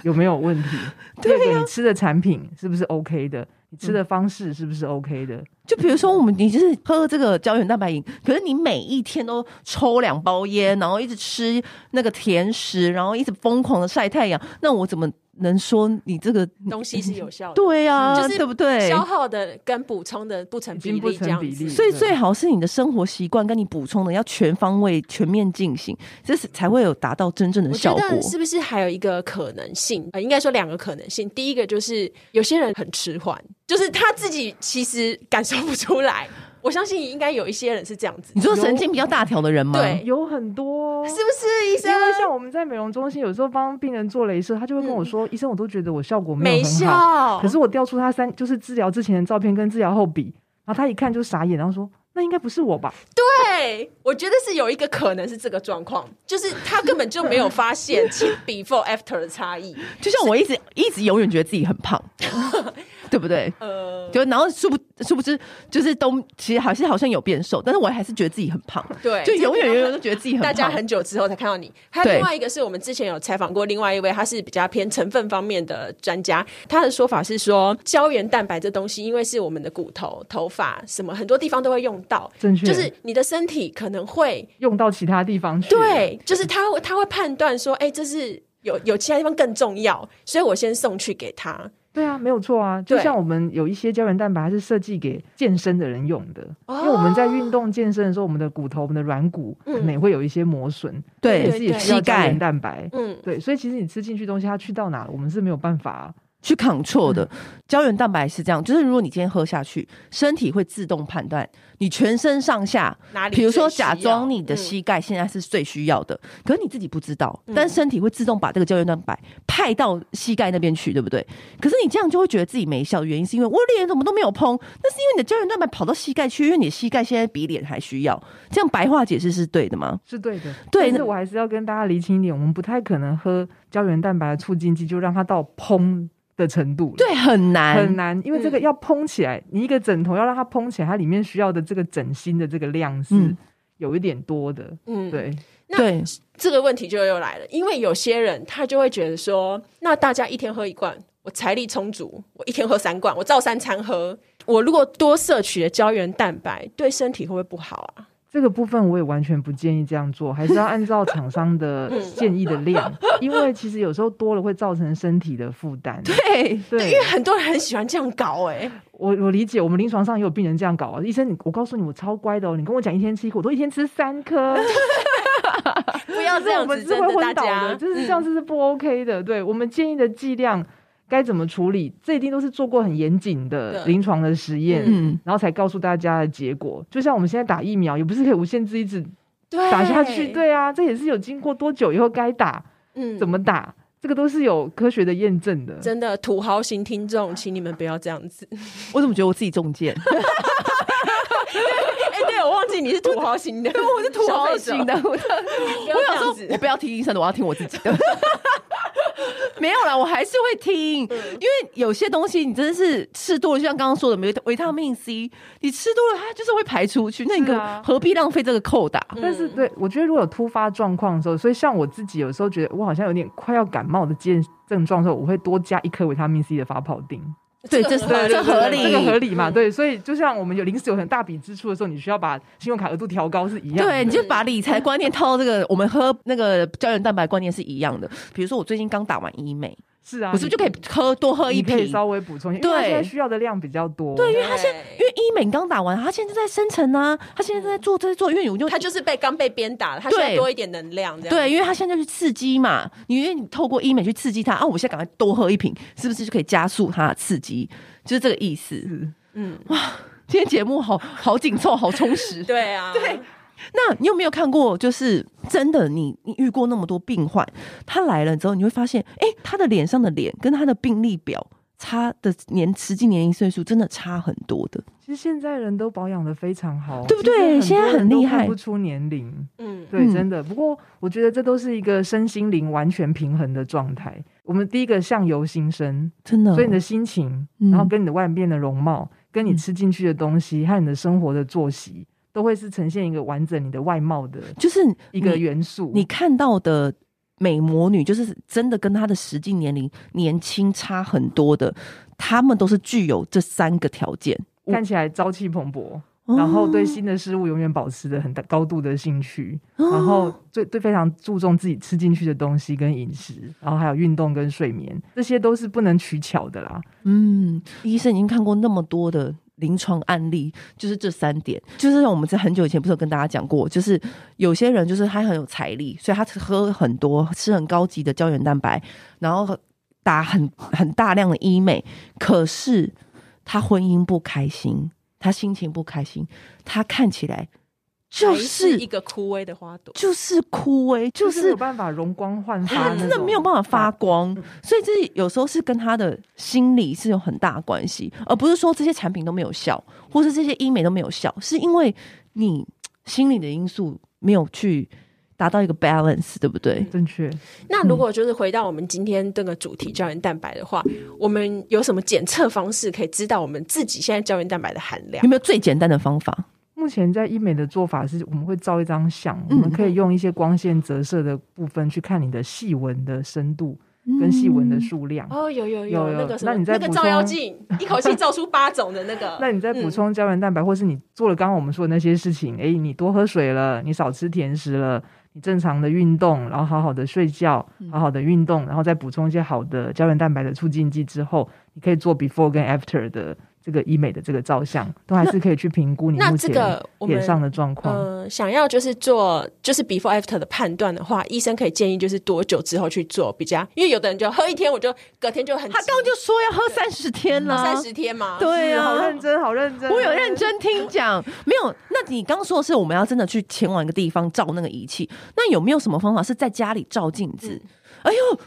Speaker 5: 有没有问题，第二个你吃的产品是不是 OK 的，你吃的方式是不是 OK 的，
Speaker 3: 就比如说我们，你就是喝这个胶原蛋白饮，可是你每一天都抽两包烟，然后一直吃那个甜食，然后一直疯狂的晒太阳，那我怎么能说你这个？
Speaker 4: 东西是有效的。
Speaker 3: 对啊，
Speaker 4: 就是
Speaker 3: 对不对
Speaker 4: 消？耗的跟补充的不成
Speaker 5: 已
Speaker 4: 比
Speaker 5: 经不
Speaker 4: 例，这
Speaker 5: 成
Speaker 4: 样
Speaker 5: 比
Speaker 4: 子
Speaker 5: 例。。
Speaker 3: 所以
Speaker 5: 对
Speaker 3: 最好是你的生活习惯跟你补充的要全方位、全面进行，这是才会有达到真正的
Speaker 4: 我觉
Speaker 3: 效果。
Speaker 4: 得是不是还有一个可能性？呃，应该说两个可能性。第一个就是有些人很迟缓，就是他自己其实感受不出来。我相信应该有一些人是这样子
Speaker 3: 你，说神经比较大条的人吗？
Speaker 4: 对
Speaker 5: 有很多哦、
Speaker 4: 是不是医生
Speaker 5: 因？为像我们在美容中心，有时候帮病人做镭射，他就会跟我说：“医生，我都觉得我效果没
Speaker 4: 没
Speaker 5: 有很好，
Speaker 4: 效，
Speaker 3: 哦
Speaker 5: 可是我调出他三就是治疗之前的照片跟治疗后比，然后他一看就傻眼，然后说那应该不是我吧？
Speaker 4: 对，我觉得是有一个可能是这个状况，就是他根本就没有发现前 before after 的差异。
Speaker 3: 就像我一直一直永远觉得自己很 胖，对不对？
Speaker 4: 呃，
Speaker 3: 就然后殊不殊不知，就是都其实好像好像有变瘦，但是我还是觉得自己很胖，
Speaker 4: 对，
Speaker 3: 就永
Speaker 4: 这
Speaker 3: 远
Speaker 4: 个
Speaker 3: 永远都觉得自己很
Speaker 4: 大
Speaker 3: 胖。
Speaker 4: 家很久之后才看到你。还有
Speaker 3: 对
Speaker 4: 另外一个是我们之前有采访过另外一位，他是比较偏成分方面的专家，他的说法是说胶原蛋白这东西，因为是我们的骨头、头发什么很多地方都会用到，
Speaker 5: 正确，
Speaker 4: 就是你的身体可能会
Speaker 5: 用到其他地方去。，
Speaker 4: 对，就是他会他会判断说，哎、这是。有有其他地方更重要，所以我先送去给他。
Speaker 5: 对啊，没有错啊。就
Speaker 4: 对
Speaker 5: 像我们有一些胶原蛋白它是设计给健身的人用的，
Speaker 3: 哦
Speaker 5: 因为我们在运动健身的时候，我们的骨头、我们的软骨
Speaker 4: 嗯
Speaker 5: 可能也会有一些磨损，
Speaker 3: 对
Speaker 5: 也是也需要
Speaker 3: 膝
Speaker 5: 胶
Speaker 3: 盖
Speaker 5: 原蛋白。
Speaker 4: 嗯，
Speaker 5: 对，所以其实你吃进去东西，它去到哪了，我们是没有办法。啊
Speaker 3: 去
Speaker 4: 嗯
Speaker 3: control 的胶原蛋白是这样，就是如果你今天喝下去，身体会自动判断你全身上下，
Speaker 4: 哪里最
Speaker 3: 比
Speaker 4: 需要？
Speaker 3: 如说假装你的
Speaker 4: 嗯
Speaker 3: 膝盖现在是最需要的，可是你自己不知道，但身体会自动把这个胶原蛋白派到膝盖那边去，对不对？可是你这样就会觉得自己没效，原因是因为我脸怎么都没有嘭，那是因为你的胶原蛋白跑到膝盖去，因为你的膝盖现在比脸还需要。这样白话解释是对的吗？
Speaker 5: 是对的，
Speaker 3: 对
Speaker 5: 但是
Speaker 3: 那
Speaker 5: 我还是要跟大家厘清一点，我们不太可能喝胶原蛋白的促进剂，就让它到砰的程度了。
Speaker 3: 对，很难，嗯
Speaker 5: 很难，因为这个要蓬起来，你一个枕头要让它蓬起来，它里面需要的这个枕芯的这个量是
Speaker 3: 嗯
Speaker 5: 有一点多的。
Speaker 4: 嗯，
Speaker 5: 对，
Speaker 4: 那
Speaker 3: 对，
Speaker 4: 这个问题就又来了，因为有些人他就会觉得说，那大家一天喝一罐，我财力充足，我一天喝三罐，我照三餐喝。我如果多摄取了胶原蛋白，对身体会不会不好啊？
Speaker 5: 这个部分我也完全不建议这样做，还是要按照厂商的
Speaker 3: 嗯
Speaker 5: 建议的 量，因为其实有时候多了会造成身体的负担。
Speaker 3: 对，
Speaker 4: 因
Speaker 5: 对
Speaker 4: 为很多人很喜欢这样搞、欸，
Speaker 5: 我我理解，我们临床上也有病人这样搞啊。医生，你我告诉你，我超乖的哦，你跟我讲一天吃一颗，我都一天吃三颗。
Speaker 4: 不要这
Speaker 5: 对，我
Speaker 4: 样
Speaker 5: 们
Speaker 4: 子，
Speaker 5: 是
Speaker 4: 真
Speaker 5: 会
Speaker 4: 的
Speaker 5: 昏
Speaker 4: 大
Speaker 5: 倒的，
Speaker 4: 家。嗯
Speaker 5: 就是这样子是不 OK 的。对我们建议的剂量该怎么处理，这一定都是做过很严谨的
Speaker 4: 对
Speaker 5: 临床的实验，
Speaker 3: 嗯，
Speaker 5: 然后才告诉大家的结果。就像我们现在打疫苗，也不是可以无限制一直
Speaker 4: 对，
Speaker 5: 打下去，，对啊，这也是有经过多久以后该打，
Speaker 4: 嗯
Speaker 5: 怎么打，这个都是有科学的验证的。
Speaker 4: 真的土豪型听众，请你们不要这样子。
Speaker 3: 我怎么觉得我自己中箭？
Speaker 4: 哎、对我忘记你是土豪型 的， 我是
Speaker 3: 土豪型的，我
Speaker 4: 不要这样
Speaker 3: 我
Speaker 4: 子。
Speaker 3: 不要听医生的，我要听我自己的。 没有啦，我还是会听，因为有些东西你真的是吃多了，就像刚刚说的，维维他命 C，你吃多了它就是会排出去，那你
Speaker 5: 是
Speaker 3: 干
Speaker 5: 啊
Speaker 3: 何必浪费这个扣打？
Speaker 4: 嗯
Speaker 5: 但是对我觉得，如果有突发状况的时候，所以像我自己有时候觉得我好像有点快要感冒的症症状的时候，我会多加一颗维他命 C 的发泡锭。
Speaker 3: 对，
Speaker 4: 这
Speaker 3: 这
Speaker 4: 个
Speaker 3: 是这合
Speaker 4: 合理
Speaker 3: 理，
Speaker 5: 这个合理嘛？对，所以就像我们有临时有很大笔支出的时候，你需要把信用卡额度调高是一样的。
Speaker 3: 对，你就把理财观念套到这个，我们喝那个胶原蛋白观念是一样的。比如说，我最近刚打完医美，
Speaker 5: 是啊，
Speaker 3: 我是不是就可以喝多喝一
Speaker 5: 你可以
Speaker 3: 瓶？
Speaker 5: 稍微补充一下，
Speaker 3: 对
Speaker 5: 因为它现在需要的量比较多。
Speaker 3: 对，因为
Speaker 4: 对
Speaker 3: 它现在因为医美你刚打完，它现在就在生成啊，它现在在做在做，因为我就
Speaker 4: 他就是被刚被鞭打了，他需
Speaker 3: 对
Speaker 4: 要多一点能量，这样
Speaker 3: 对，因为它现在就是刺激嘛，你因为你透过医美去刺激它啊，我现在赶快多喝一瓶，是不是就可以加速它的刺激？就是这个意思。
Speaker 4: 嗯，
Speaker 3: 今天节目好好紧凑，好充 实。
Speaker 4: 对啊，对，
Speaker 3: 那你有没有看过，就是真的你你遇过那么多病患，他来了之后，你会发现，哎、他的脸上的脸跟他的病历表差的年实际年龄岁数真的差很多的。
Speaker 5: 其实现在人都保养的非常好，
Speaker 3: 对不对
Speaker 5: 其实
Speaker 3: 现在
Speaker 5: 多人
Speaker 3: 很厉
Speaker 5: 都看
Speaker 3: 害
Speaker 5: 不出年龄。
Speaker 4: 嗯，
Speaker 5: 对，
Speaker 3: 嗯
Speaker 5: 真的。不过我觉得这都是一个身心灵完全平衡的状态。我们第一个相由心生，
Speaker 3: 真的，
Speaker 5: 所以你的心情，
Speaker 3: 嗯
Speaker 5: 然后跟你的外面的容貌，跟你
Speaker 3: 嗯
Speaker 5: 吃进去的东西和你的生活的作息，都会是呈现一个完整你的外貌的
Speaker 3: 就是
Speaker 5: 一个
Speaker 3: 你
Speaker 5: 元素。
Speaker 3: 你看到的美魔女，就是真的跟她的实际年龄年轻差很多的，她们都是具有这三个条件。我
Speaker 5: 看起来朝气蓬
Speaker 3: 哦
Speaker 5: 勃，然后对新的事物永远保持着很大高度的兴趣，
Speaker 3: 哦
Speaker 5: 然后最对非常注重自己吃进去的东西跟饮食，然后还有运动跟睡眠，这些都是不能取巧的啦。
Speaker 3: 嗯，医生已经看过那么多的临床案例，就是这三点，就是我们在很久以前不是有跟大家讲过，就是有些人就是他很有财力，所以他喝很多，吃很高级的胶原蛋白，然后打很很大量的医美，可是他婚姻不开心，他心情不开心，他看起来就
Speaker 4: 还是一
Speaker 3: 是。
Speaker 4: 个枯萎的花朵。
Speaker 3: 就是枯萎，就
Speaker 5: 没
Speaker 3: 是
Speaker 5: 有办法容光焕发
Speaker 3: 他
Speaker 5: 那种，
Speaker 3: 真的没有办法发光，
Speaker 4: 嗯
Speaker 3: 所以这有时候是跟他的心理是有很大关系，而不是说这些产品都没有效，或是这些医美都没有效，是因为你嘖心理的因素没有去达到一个 balance，对不对？
Speaker 4: 嗯
Speaker 5: 正确。
Speaker 4: 那如果就是回到我们今天这个主题胶原蛋白的话，我们有什么检测方式可以知道我们自己现在胶原蛋白的含量
Speaker 3: 有？没有最简单的方法？
Speaker 4: 嗯
Speaker 5: 目前在医美的做法是，我们会照一张相，我
Speaker 3: 嗯
Speaker 5: 们可以用一些光线折射的部分去看你的细纹的深度
Speaker 3: 嗯
Speaker 5: 跟细纹的数量。
Speaker 4: 哦，有有
Speaker 5: 有有
Speaker 4: 那个什么，
Speaker 5: 那你再
Speaker 4: 个
Speaker 5: 补
Speaker 4: 照妖
Speaker 5: 充啊，
Speaker 4: 镜，一口气照出八种的那个
Speaker 5: 那你再补
Speaker 4: 嗯
Speaker 5: 充胶原蛋白，或是你做了刚刚我们说的那些事情，诶，你多喝水了，你少吃甜食了，你正常的运动，然后好好的睡觉，
Speaker 4: 嗯
Speaker 5: 好好的运动，然后再补充一些好的胶原蛋白的促进剂之后，你可以做 before 跟 after 的这个医美的这个照相，都还是可以去评估你
Speaker 4: 那
Speaker 5: 目
Speaker 4: 这
Speaker 5: 前
Speaker 4: 个我们
Speaker 5: 脸上的状况。
Speaker 4: 呃，想要就是做就是 before after 的判断的话，医生可以建议就是多久之后去做比较，因为有的人就喝一天，我就隔天就很
Speaker 3: 他刚刚就说要喝三十天啦，
Speaker 4: 嗯三十天
Speaker 3: 啊
Speaker 4: 嘛，
Speaker 3: 对
Speaker 5: 是
Speaker 3: 啊，
Speaker 5: 好认真，好认真。
Speaker 3: 我有认真听讲，没有。那你刚说的是我们要真的去前往一个地方照那个仪器，那有没有什么方法是在
Speaker 4: 嗯
Speaker 3: 家里照镜子？哎呦，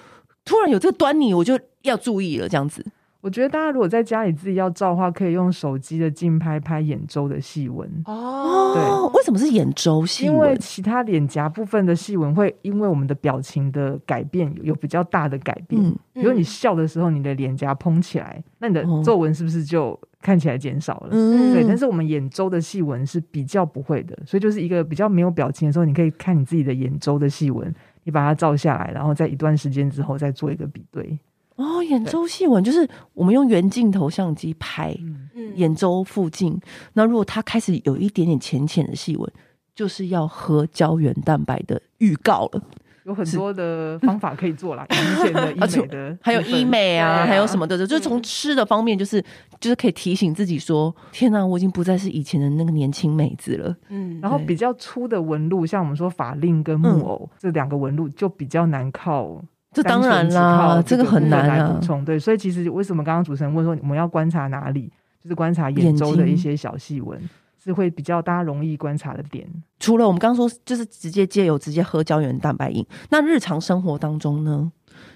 Speaker 3: 突然有这个端倪，我就要注意了，这样子。
Speaker 5: 我觉得大家如果在家里自己要照的话，可以用手机的近拍拍眼周的细纹，
Speaker 4: 哦，
Speaker 5: 对，
Speaker 3: 为什么是眼周细
Speaker 5: 因为
Speaker 3: 纹？
Speaker 5: 其他脸颊部分的细纹会因为我们的表情的改变有有比较大的改变。
Speaker 3: 嗯，
Speaker 5: 比如你笑的时候，你的脸颊蓬起来，那你的
Speaker 3: 哦
Speaker 5: 皱纹是不是就看起来减少了？
Speaker 3: 嗯
Speaker 5: 对，但是我们眼周的细纹是比较不会的，所以就是一个比较没有表情的时候，你可以看你自己的眼周的细纹，你把它照下来，然后在一段时间之后再做一个比对。
Speaker 3: 哦，眼周细纹就是我们用原镜头相机拍
Speaker 5: 嗯，
Speaker 4: 嗯
Speaker 3: 眼周附近，那如果它开始有一点点浅浅的细纹，就是要喝胶原蛋白的预告了。
Speaker 5: 有很多的方法可以 做啦，眼线的、医
Speaker 3: 而且
Speaker 5: 美的，
Speaker 3: 还有医。美啊，
Speaker 5: 对啊
Speaker 3: 还有什么的，就是从吃的方面，就是就是可以提醒自己说，天哪、我已经不再是以前的那个年轻美子了。
Speaker 4: 嗯
Speaker 5: 然后
Speaker 3: 对嗯
Speaker 5: 比较粗的纹路，像我们说法令跟木偶、这两个纹路，就比较难靠
Speaker 3: 这当然啦，这
Speaker 5: 这
Speaker 3: 个很难
Speaker 5: 来
Speaker 3: 啊
Speaker 5: 补。充对，所以其实为什么刚刚主持人问说我们要观察哪里，就是观察眼周的一些小细纹，是会比较大家容易观察的点。
Speaker 3: 除了我们刚刚说，就是直接借由直接喝胶原蛋白饮，那日常生活当中呢，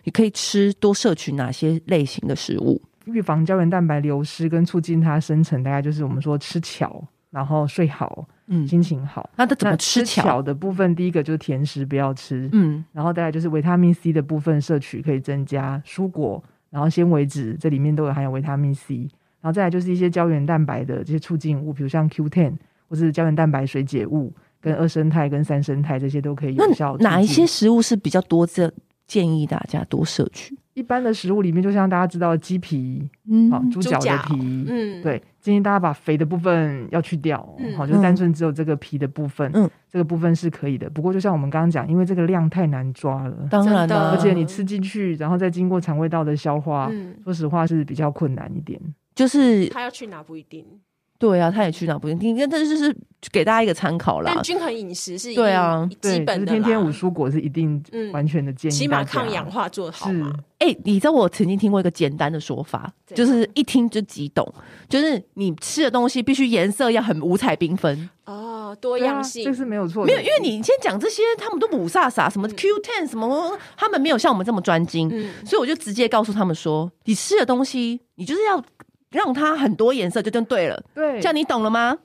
Speaker 3: 你可以吃多摄取哪些类型的食物？
Speaker 5: 预防胶原蛋白流失跟促进它生成，大概就是我们说吃巧，然后睡好，
Speaker 3: 嗯，
Speaker 5: 心情好。
Speaker 3: 那它怎么
Speaker 5: 那
Speaker 3: 吃
Speaker 5: 吃
Speaker 3: 巧？
Speaker 5: 巧的部分，第一个就是甜食不要吃，
Speaker 3: 嗯，
Speaker 5: 然后再来就是维他命 C 的部分摄取可以增加蔬果，然后纤维质这里面都有含有维他命 C，然后再来就是一些胶原蛋白的这些促进物，比如像 Q10 或是胶原蛋白水解物，跟二生态跟三生态这些都可以
Speaker 3: 那
Speaker 5: 有效促进。
Speaker 3: 哪一些食物是比较多这建议大家多摄取？
Speaker 5: 一般的食物里面，就像大家知道的鸡皮，
Speaker 3: 嗯
Speaker 5: 好、猪脚
Speaker 4: 猪脚
Speaker 5: 的皮，
Speaker 4: 嗯，
Speaker 5: 对，建议大家把肥的部分要去掉，
Speaker 4: 嗯
Speaker 5: 好，就单纯只有这个皮的部分，
Speaker 3: 嗯
Speaker 5: 这个部分是可以的。不过就像我们刚刚讲，因为这个量太难抓了，
Speaker 3: 当然
Speaker 4: 真的
Speaker 3: 啦，
Speaker 5: 而且你吃进去，然后再经过肠胃道的消化，
Speaker 4: 嗯，
Speaker 5: 说实话是比较困难一点。
Speaker 3: 就是
Speaker 4: 他要去哪不一定，
Speaker 3: 对啊，他也去哪不一定，但这就是给大家一个参考啦
Speaker 4: 但。均衡饮食是一
Speaker 3: 啊对啊
Speaker 4: 一
Speaker 5: 对，
Speaker 4: 基本
Speaker 5: 就是
Speaker 4: 的啦，
Speaker 5: 天天五蔬果是一定
Speaker 4: 嗯
Speaker 5: 完全的建议大家，
Speaker 4: 起码抗氧化做好
Speaker 5: 是啊
Speaker 4: 嘛，
Speaker 3: 哎、你知道我曾经听过一个简单的说法，
Speaker 4: 怎
Speaker 3: 就
Speaker 4: 样
Speaker 3: 是一听就即懂，就是你吃的东西必须颜色要很五彩缤纷。
Speaker 4: 哦，多
Speaker 5: 对啊
Speaker 4: 样性，
Speaker 5: 这是没有错
Speaker 3: 没
Speaker 5: 的，
Speaker 3: 有，因为你先讲这些，他们都五煞煞，什么 Q Ten 什么，他们没有像我们这么专精，
Speaker 4: 嗯
Speaker 3: 所以我就直接告诉他们说，你吃的东西，你就是要让它很多颜色，就就对了。
Speaker 5: 对
Speaker 3: 这样你懂了吗？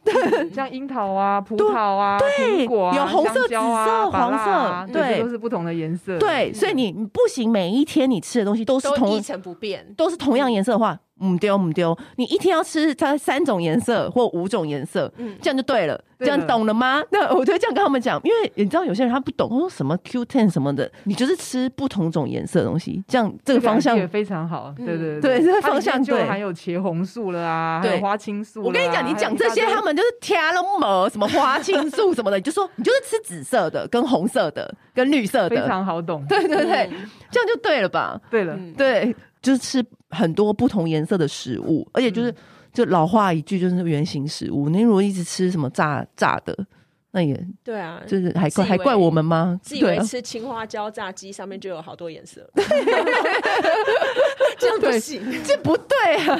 Speaker 5: 像樱桃啊、葡萄啊、
Speaker 3: 对
Speaker 5: 苹果啊、
Speaker 3: 有红色
Speaker 5: 香蕉啊
Speaker 3: 紫色
Speaker 5: 芭乐啊
Speaker 3: 黄色
Speaker 5: 对，
Speaker 3: 对
Speaker 5: 这都是不同的颜色，嗯
Speaker 3: 对，所以你你不行，每一天你吃的东西都是
Speaker 4: 嗯都
Speaker 3: 同
Speaker 4: 一成不变，
Speaker 3: 都是同样颜色的话，唔丢唔丢，你一天要吃它三种颜色或五种颜色，
Speaker 4: 嗯
Speaker 3: 这样就对了，
Speaker 5: 对
Speaker 3: 这
Speaker 5: 了
Speaker 3: 样懂了吗？那我就这样跟他们讲，因为你知道有些人他不懂，他说什么 Q ten 什么的，你就是吃不同种颜色的东西，这样这个
Speaker 4: 啊
Speaker 3: 方向嗯
Speaker 5: 也。非常好，对对
Speaker 3: 对这个
Speaker 5: 它里
Speaker 3: 方向
Speaker 5: 面就
Speaker 3: 对
Speaker 5: 含有茄红素了啊，还
Speaker 3: 对
Speaker 5: 有花青素啦。
Speaker 3: 我跟你讲，你
Speaker 4: 啊
Speaker 5: 还有
Speaker 3: 讲
Speaker 5: 一
Speaker 3: 这
Speaker 5: 大
Speaker 3: 些，
Speaker 5: 堆
Speaker 3: 他们就是天龙膜什么花青素什么的，你就说你就是吃紫色的、跟红色的、跟绿色
Speaker 5: 非
Speaker 3: 的，
Speaker 5: 常好懂。
Speaker 3: 对对对，
Speaker 4: 嗯
Speaker 3: 这样就对了吧？
Speaker 5: 对了，
Speaker 4: 嗯
Speaker 3: 对，就是吃很多不同颜色的食物，而且
Speaker 4: 嗯
Speaker 3: 就是、就老话一句，就是原形食物。你如果一直吃什么炸炸的，那也
Speaker 4: 对啊，
Speaker 3: 就是还怪
Speaker 4: 自以为
Speaker 3: 还怪我们吗？
Speaker 4: 自以
Speaker 3: 对
Speaker 4: 为
Speaker 3: 啊，
Speaker 4: 吃青花椒炸鸡上面就有好多颜色， 这样不行。
Speaker 3: 这不对 啊。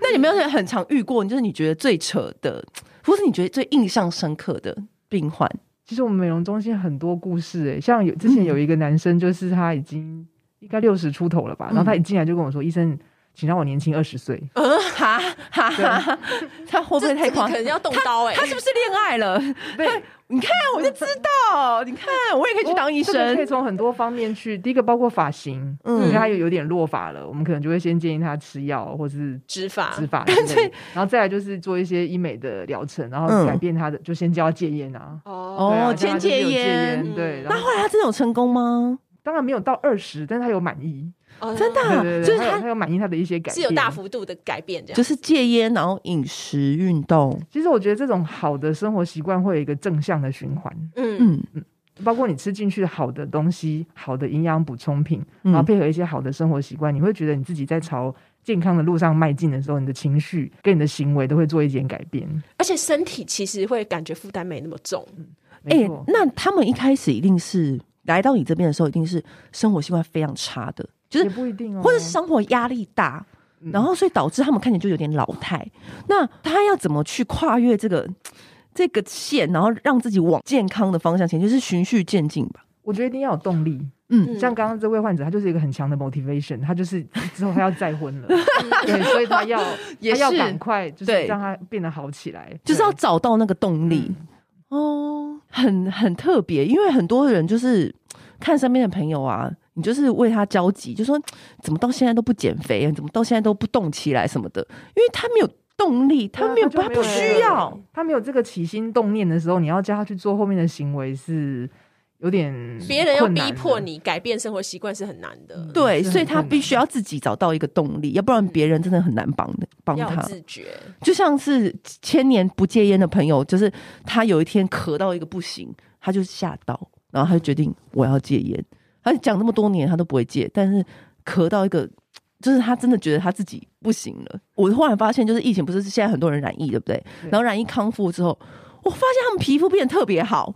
Speaker 3: 那你们有没有很常遇过？就是你觉得最扯的，或是你觉得最印象深刻的病患？
Speaker 5: 其实我们美容中心很多故事诶、欸像有之前
Speaker 3: 嗯
Speaker 5: 有一个男生，就是他已经应该六十出头了吧，然后他
Speaker 3: 嗯
Speaker 5: 一进来就跟我说：“医生，请让我年轻二十岁。
Speaker 3: 呃，哈哈哈，他会不会
Speaker 4: 这
Speaker 3: 太
Speaker 4: 这个
Speaker 3: 夸
Speaker 4: 可
Speaker 3: 张
Speaker 4: 能？要动刀哎、
Speaker 3: 他是不是恋爱了？
Speaker 5: 对，
Speaker 3: 你看，哎我就知道，你看，我也可以去当医
Speaker 5: 这个可
Speaker 3: 生。
Speaker 5: 以从很多方面去。第一个包括发型，
Speaker 3: 嗯
Speaker 5: 嗯，因为他有有点落发了，我们可能就会先建议他吃药或是
Speaker 4: 植
Speaker 3: 啊
Speaker 4: 发
Speaker 5: 植，发之类的，然后再来就是做一些医美的疗程，然后
Speaker 3: 嗯
Speaker 5: 改变他的，就先教他戒烟啊。
Speaker 4: 哦，
Speaker 5: 对啊
Speaker 3: 哦，
Speaker 5: 让
Speaker 3: 间
Speaker 5: 他就是有
Speaker 3: 接
Speaker 5: 戒
Speaker 3: 烟，嗯
Speaker 5: 烟，对。然
Speaker 3: 那
Speaker 5: 后
Speaker 3: 后来他真的有成功吗？
Speaker 5: 当然没有到二十，但是他有满意，
Speaker 4: 哦
Speaker 3: 真的啊、
Speaker 5: 对对
Speaker 3: 就
Speaker 5: 对，
Speaker 3: 是
Speaker 5: 他有
Speaker 3: 他
Speaker 5: 他有满意他的一些改
Speaker 4: 是
Speaker 5: 变，
Speaker 4: 有大幅度的改变，这样
Speaker 3: 就是戒烟，然后饮食、运动，
Speaker 5: 其实我觉得这种好的生活习惯会有一个正向的循环，
Speaker 4: 嗯
Speaker 3: 嗯，
Speaker 5: 包括你吃进去好的东西、好的营养补充品，
Speaker 3: 嗯
Speaker 5: 然后配合一些好的生活习惯，你会觉得你自己在朝健康的路上迈进的时候，你的情绪跟你的行为都会做一点改变。
Speaker 4: 而且身体其实会感觉负担没那么重，
Speaker 5: 没
Speaker 3: 哎、
Speaker 5: 错，
Speaker 3: 那他们一开始一定是来到你这边的时候，一定是生活习惯非常差的，就是
Speaker 5: 也不一定哦，
Speaker 3: 或者是生活压力大，
Speaker 5: 嗯
Speaker 3: 然后所以导致他们看起来就有点老态。那他要怎么去跨越这个这个线，然后让自己往健康的方向前进，就是循序渐进吧。
Speaker 5: 我觉得一定要有动力。嗯，像刚刚这位患者，他就是一个很强的 motivation，他就是之后他要再婚 了，对，所以他要
Speaker 3: 也
Speaker 5: 他要
Speaker 3: 是
Speaker 5: 赶快，就是
Speaker 3: 对
Speaker 5: 让他变得好起来，
Speaker 3: 就是要
Speaker 5: 对嗯
Speaker 3: 找到那个动力。哦，很很特别，因为很多人就是看身边的朋友啊，你就是为他焦急，就说怎么到现在都不减肥，怎么到现在都不动起来什么的，因为他没有动力，他
Speaker 5: 对啊
Speaker 3: 没有，
Speaker 5: 他就
Speaker 3: 他
Speaker 5: 没
Speaker 3: 不
Speaker 5: 有
Speaker 3: 需要。
Speaker 5: 他没有这个起心动念的时候，你要叫他去做后面的行为是有点
Speaker 4: 别人要
Speaker 5: 困难
Speaker 4: 逼
Speaker 5: 的
Speaker 4: 迫，你改变生活习惯是很难的，
Speaker 3: 对，
Speaker 5: 是很
Speaker 3: 所以他
Speaker 5: 困难
Speaker 3: 必须要自己找到一个动力，要不然别人真的很难帮的帮
Speaker 4: 要有
Speaker 3: 他。
Speaker 4: 自觉。
Speaker 3: 就像是千年不戒烟的朋友，就是他有一天咳到一个不行，他就吓到，然后他就决定我要戒烟。他讲那么多年他都不会戒，但是咳到一个，就是他真的觉得他自己不行了。我忽然发现，就是疫情不是现在很多人染疫，对不对？
Speaker 5: 对
Speaker 3: 然后染疫康复之后，我发现他们皮肤变得特别好。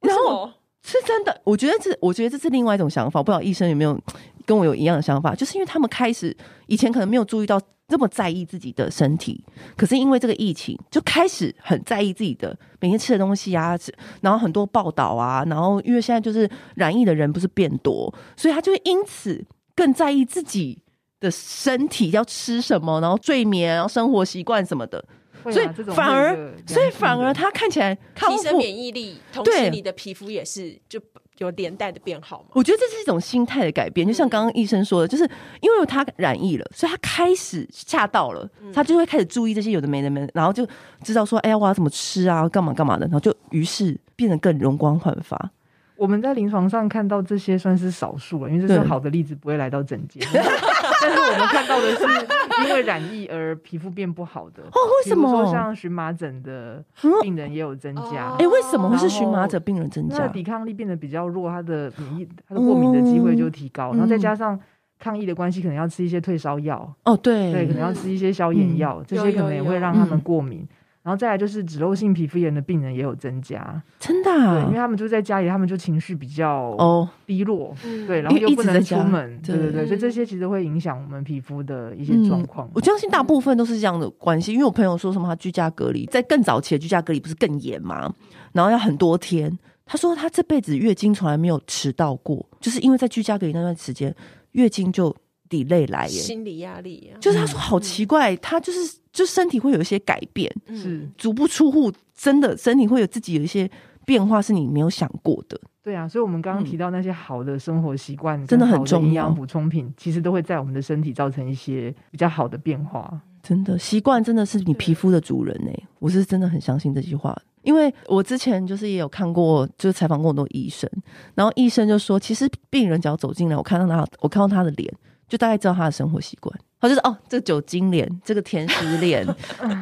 Speaker 3: 然
Speaker 4: 为什
Speaker 3: 后
Speaker 4: 么
Speaker 3: 是真的，我觉得这，我觉得这是另外一种想法，不知道医生有没有跟我有一样的想法，就是因为他们开始以前可能没有注意到这么在意自己的身体，可是因为这个疫情，就开始很在意自己的每天吃的东西啊，吃然后很多报道啊，然后因为现在就是染疫的人不是变多，所以他就会因此更在意自己的身体要吃什么，然后睡眠，然后生活习惯什么的，
Speaker 5: 会啊
Speaker 3: 所以
Speaker 5: 这种
Speaker 3: 反
Speaker 5: 会有
Speaker 3: 而
Speaker 5: 一个良
Speaker 3: 所以
Speaker 5: 性
Speaker 3: 反
Speaker 5: 的
Speaker 3: 而他看起来康
Speaker 4: 提升
Speaker 3: 复
Speaker 4: 免疫力，同
Speaker 3: 对
Speaker 4: 时你的皮肤也是就有连带的变好嘛？
Speaker 3: 我觉得这是一种心态的改变，就像刚刚医生说的，就是因为他染疫了，所以他开始吓到了，他就会开始注意这些有的没的没的，然后就知道说，哎呀，我要怎么吃啊，干嘛干嘛的，然后就于是变得更容光焕发。
Speaker 5: 我们在临床上看到这些算是少数了，因为这是
Speaker 3: 对
Speaker 5: 好的例子不会来到整 间。但是我们看到的是因为染疫而皮肤变不好的哦
Speaker 3: 为什么
Speaker 5: 说像荨麻疹的病人也有增加。
Speaker 4: 哦
Speaker 3: 哎，为什么会是荨麻疹病人增
Speaker 5: 那
Speaker 3: 加？
Speaker 5: 抵抗力变得比较弱，它的免疫、它的过敏的机会就提高，
Speaker 3: 哦嗯
Speaker 5: 然后再加上抗疫的关系，可能要吃一些退烧药，
Speaker 3: 哦，
Speaker 5: 对，
Speaker 3: 对
Speaker 5: 可能要吃一些消炎药，这
Speaker 4: 有
Speaker 5: 些
Speaker 4: 有
Speaker 5: 可能也会
Speaker 4: 有
Speaker 5: 让他们
Speaker 3: 嗯
Speaker 5: 过敏。然后再来就是脂漏性皮肤炎的病人也有增加，
Speaker 3: 真的
Speaker 5: 对，因
Speaker 3: 啊
Speaker 5: 为他们就在家里，他们就情绪比较
Speaker 3: 哦，
Speaker 5: 低落，
Speaker 4: 嗯
Speaker 5: 对，然后
Speaker 3: 因为
Speaker 5: 又
Speaker 3: 一
Speaker 5: 不
Speaker 3: 直在
Speaker 5: 能出
Speaker 3: 家
Speaker 5: 门，对
Speaker 3: 对
Speaker 5: 对对，所以这些其实会影响我们皮肤的一些状况。
Speaker 3: 我相信大部分都是这样的关系，因为我朋友说什么他居家隔离，在更早期的居家隔离不是更严吗？然后要很多天，他说他这辈子月经从来没有迟到过，就是因为在居家隔离那段时间，月经就 delay 来耶。
Speaker 4: 心理压力啊，
Speaker 3: 就是他说好奇怪，他就是就身体会有一些改变，
Speaker 4: 嗯
Speaker 5: 是，
Speaker 3: 足不出户，真的身体会有自己有一些变化是你没有想过的。
Speaker 5: 对啊，所以我们刚
Speaker 3: 嗯
Speaker 5: 刚提到那些好的生活习惯，
Speaker 3: 真的很重要
Speaker 5: 营养补充品其实都会在我们的身体造成一些比较好的变化。
Speaker 3: 真的，习惯真的是你皮肤的主人呢、欸我是真的很相信这句话，因为我之前就是也有看过，就是采访过很多医生，然后医生就说，其实病人只要走进来，我看到他，我看到他的脸，就大概知道他的生活习惯。他就是哦，这个酒精脸，这个甜食脸，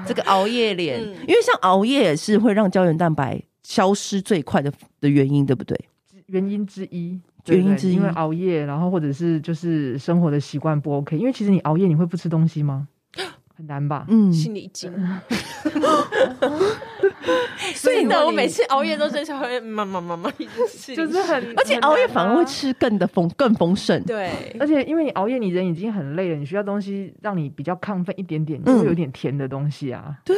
Speaker 3: 这个熬夜脸，
Speaker 4: 嗯
Speaker 3: 因为像熬夜也是会让胶原蛋白消失最快的的原因，对不对？
Speaker 5: 原因之一，
Speaker 3: 原因
Speaker 5: 对对
Speaker 3: 之一
Speaker 5: 因为熬夜，然后或者是就是生活的习惯不 OK。因为其实你熬夜，你会不吃东 西吗？很难吧？
Speaker 3: 嗯，
Speaker 4: 心理惊。
Speaker 3: 所以
Speaker 4: 真
Speaker 3: 呢
Speaker 4: 的，我
Speaker 3: 你
Speaker 4: 每次熬夜都在想，哎妈妈妈妈，
Speaker 5: 就是很，
Speaker 3: 而且
Speaker 5: 很
Speaker 3: 熬夜
Speaker 5: 难
Speaker 3: 反而会
Speaker 5: 啊。
Speaker 3: 吃更的丰更丰盛，
Speaker 4: 对
Speaker 5: 而且因为你熬夜，你人已经很累了，你需要东西让你比较亢奋一点点，就
Speaker 3: 嗯
Speaker 5: 会有点甜的东西啊。
Speaker 3: 对，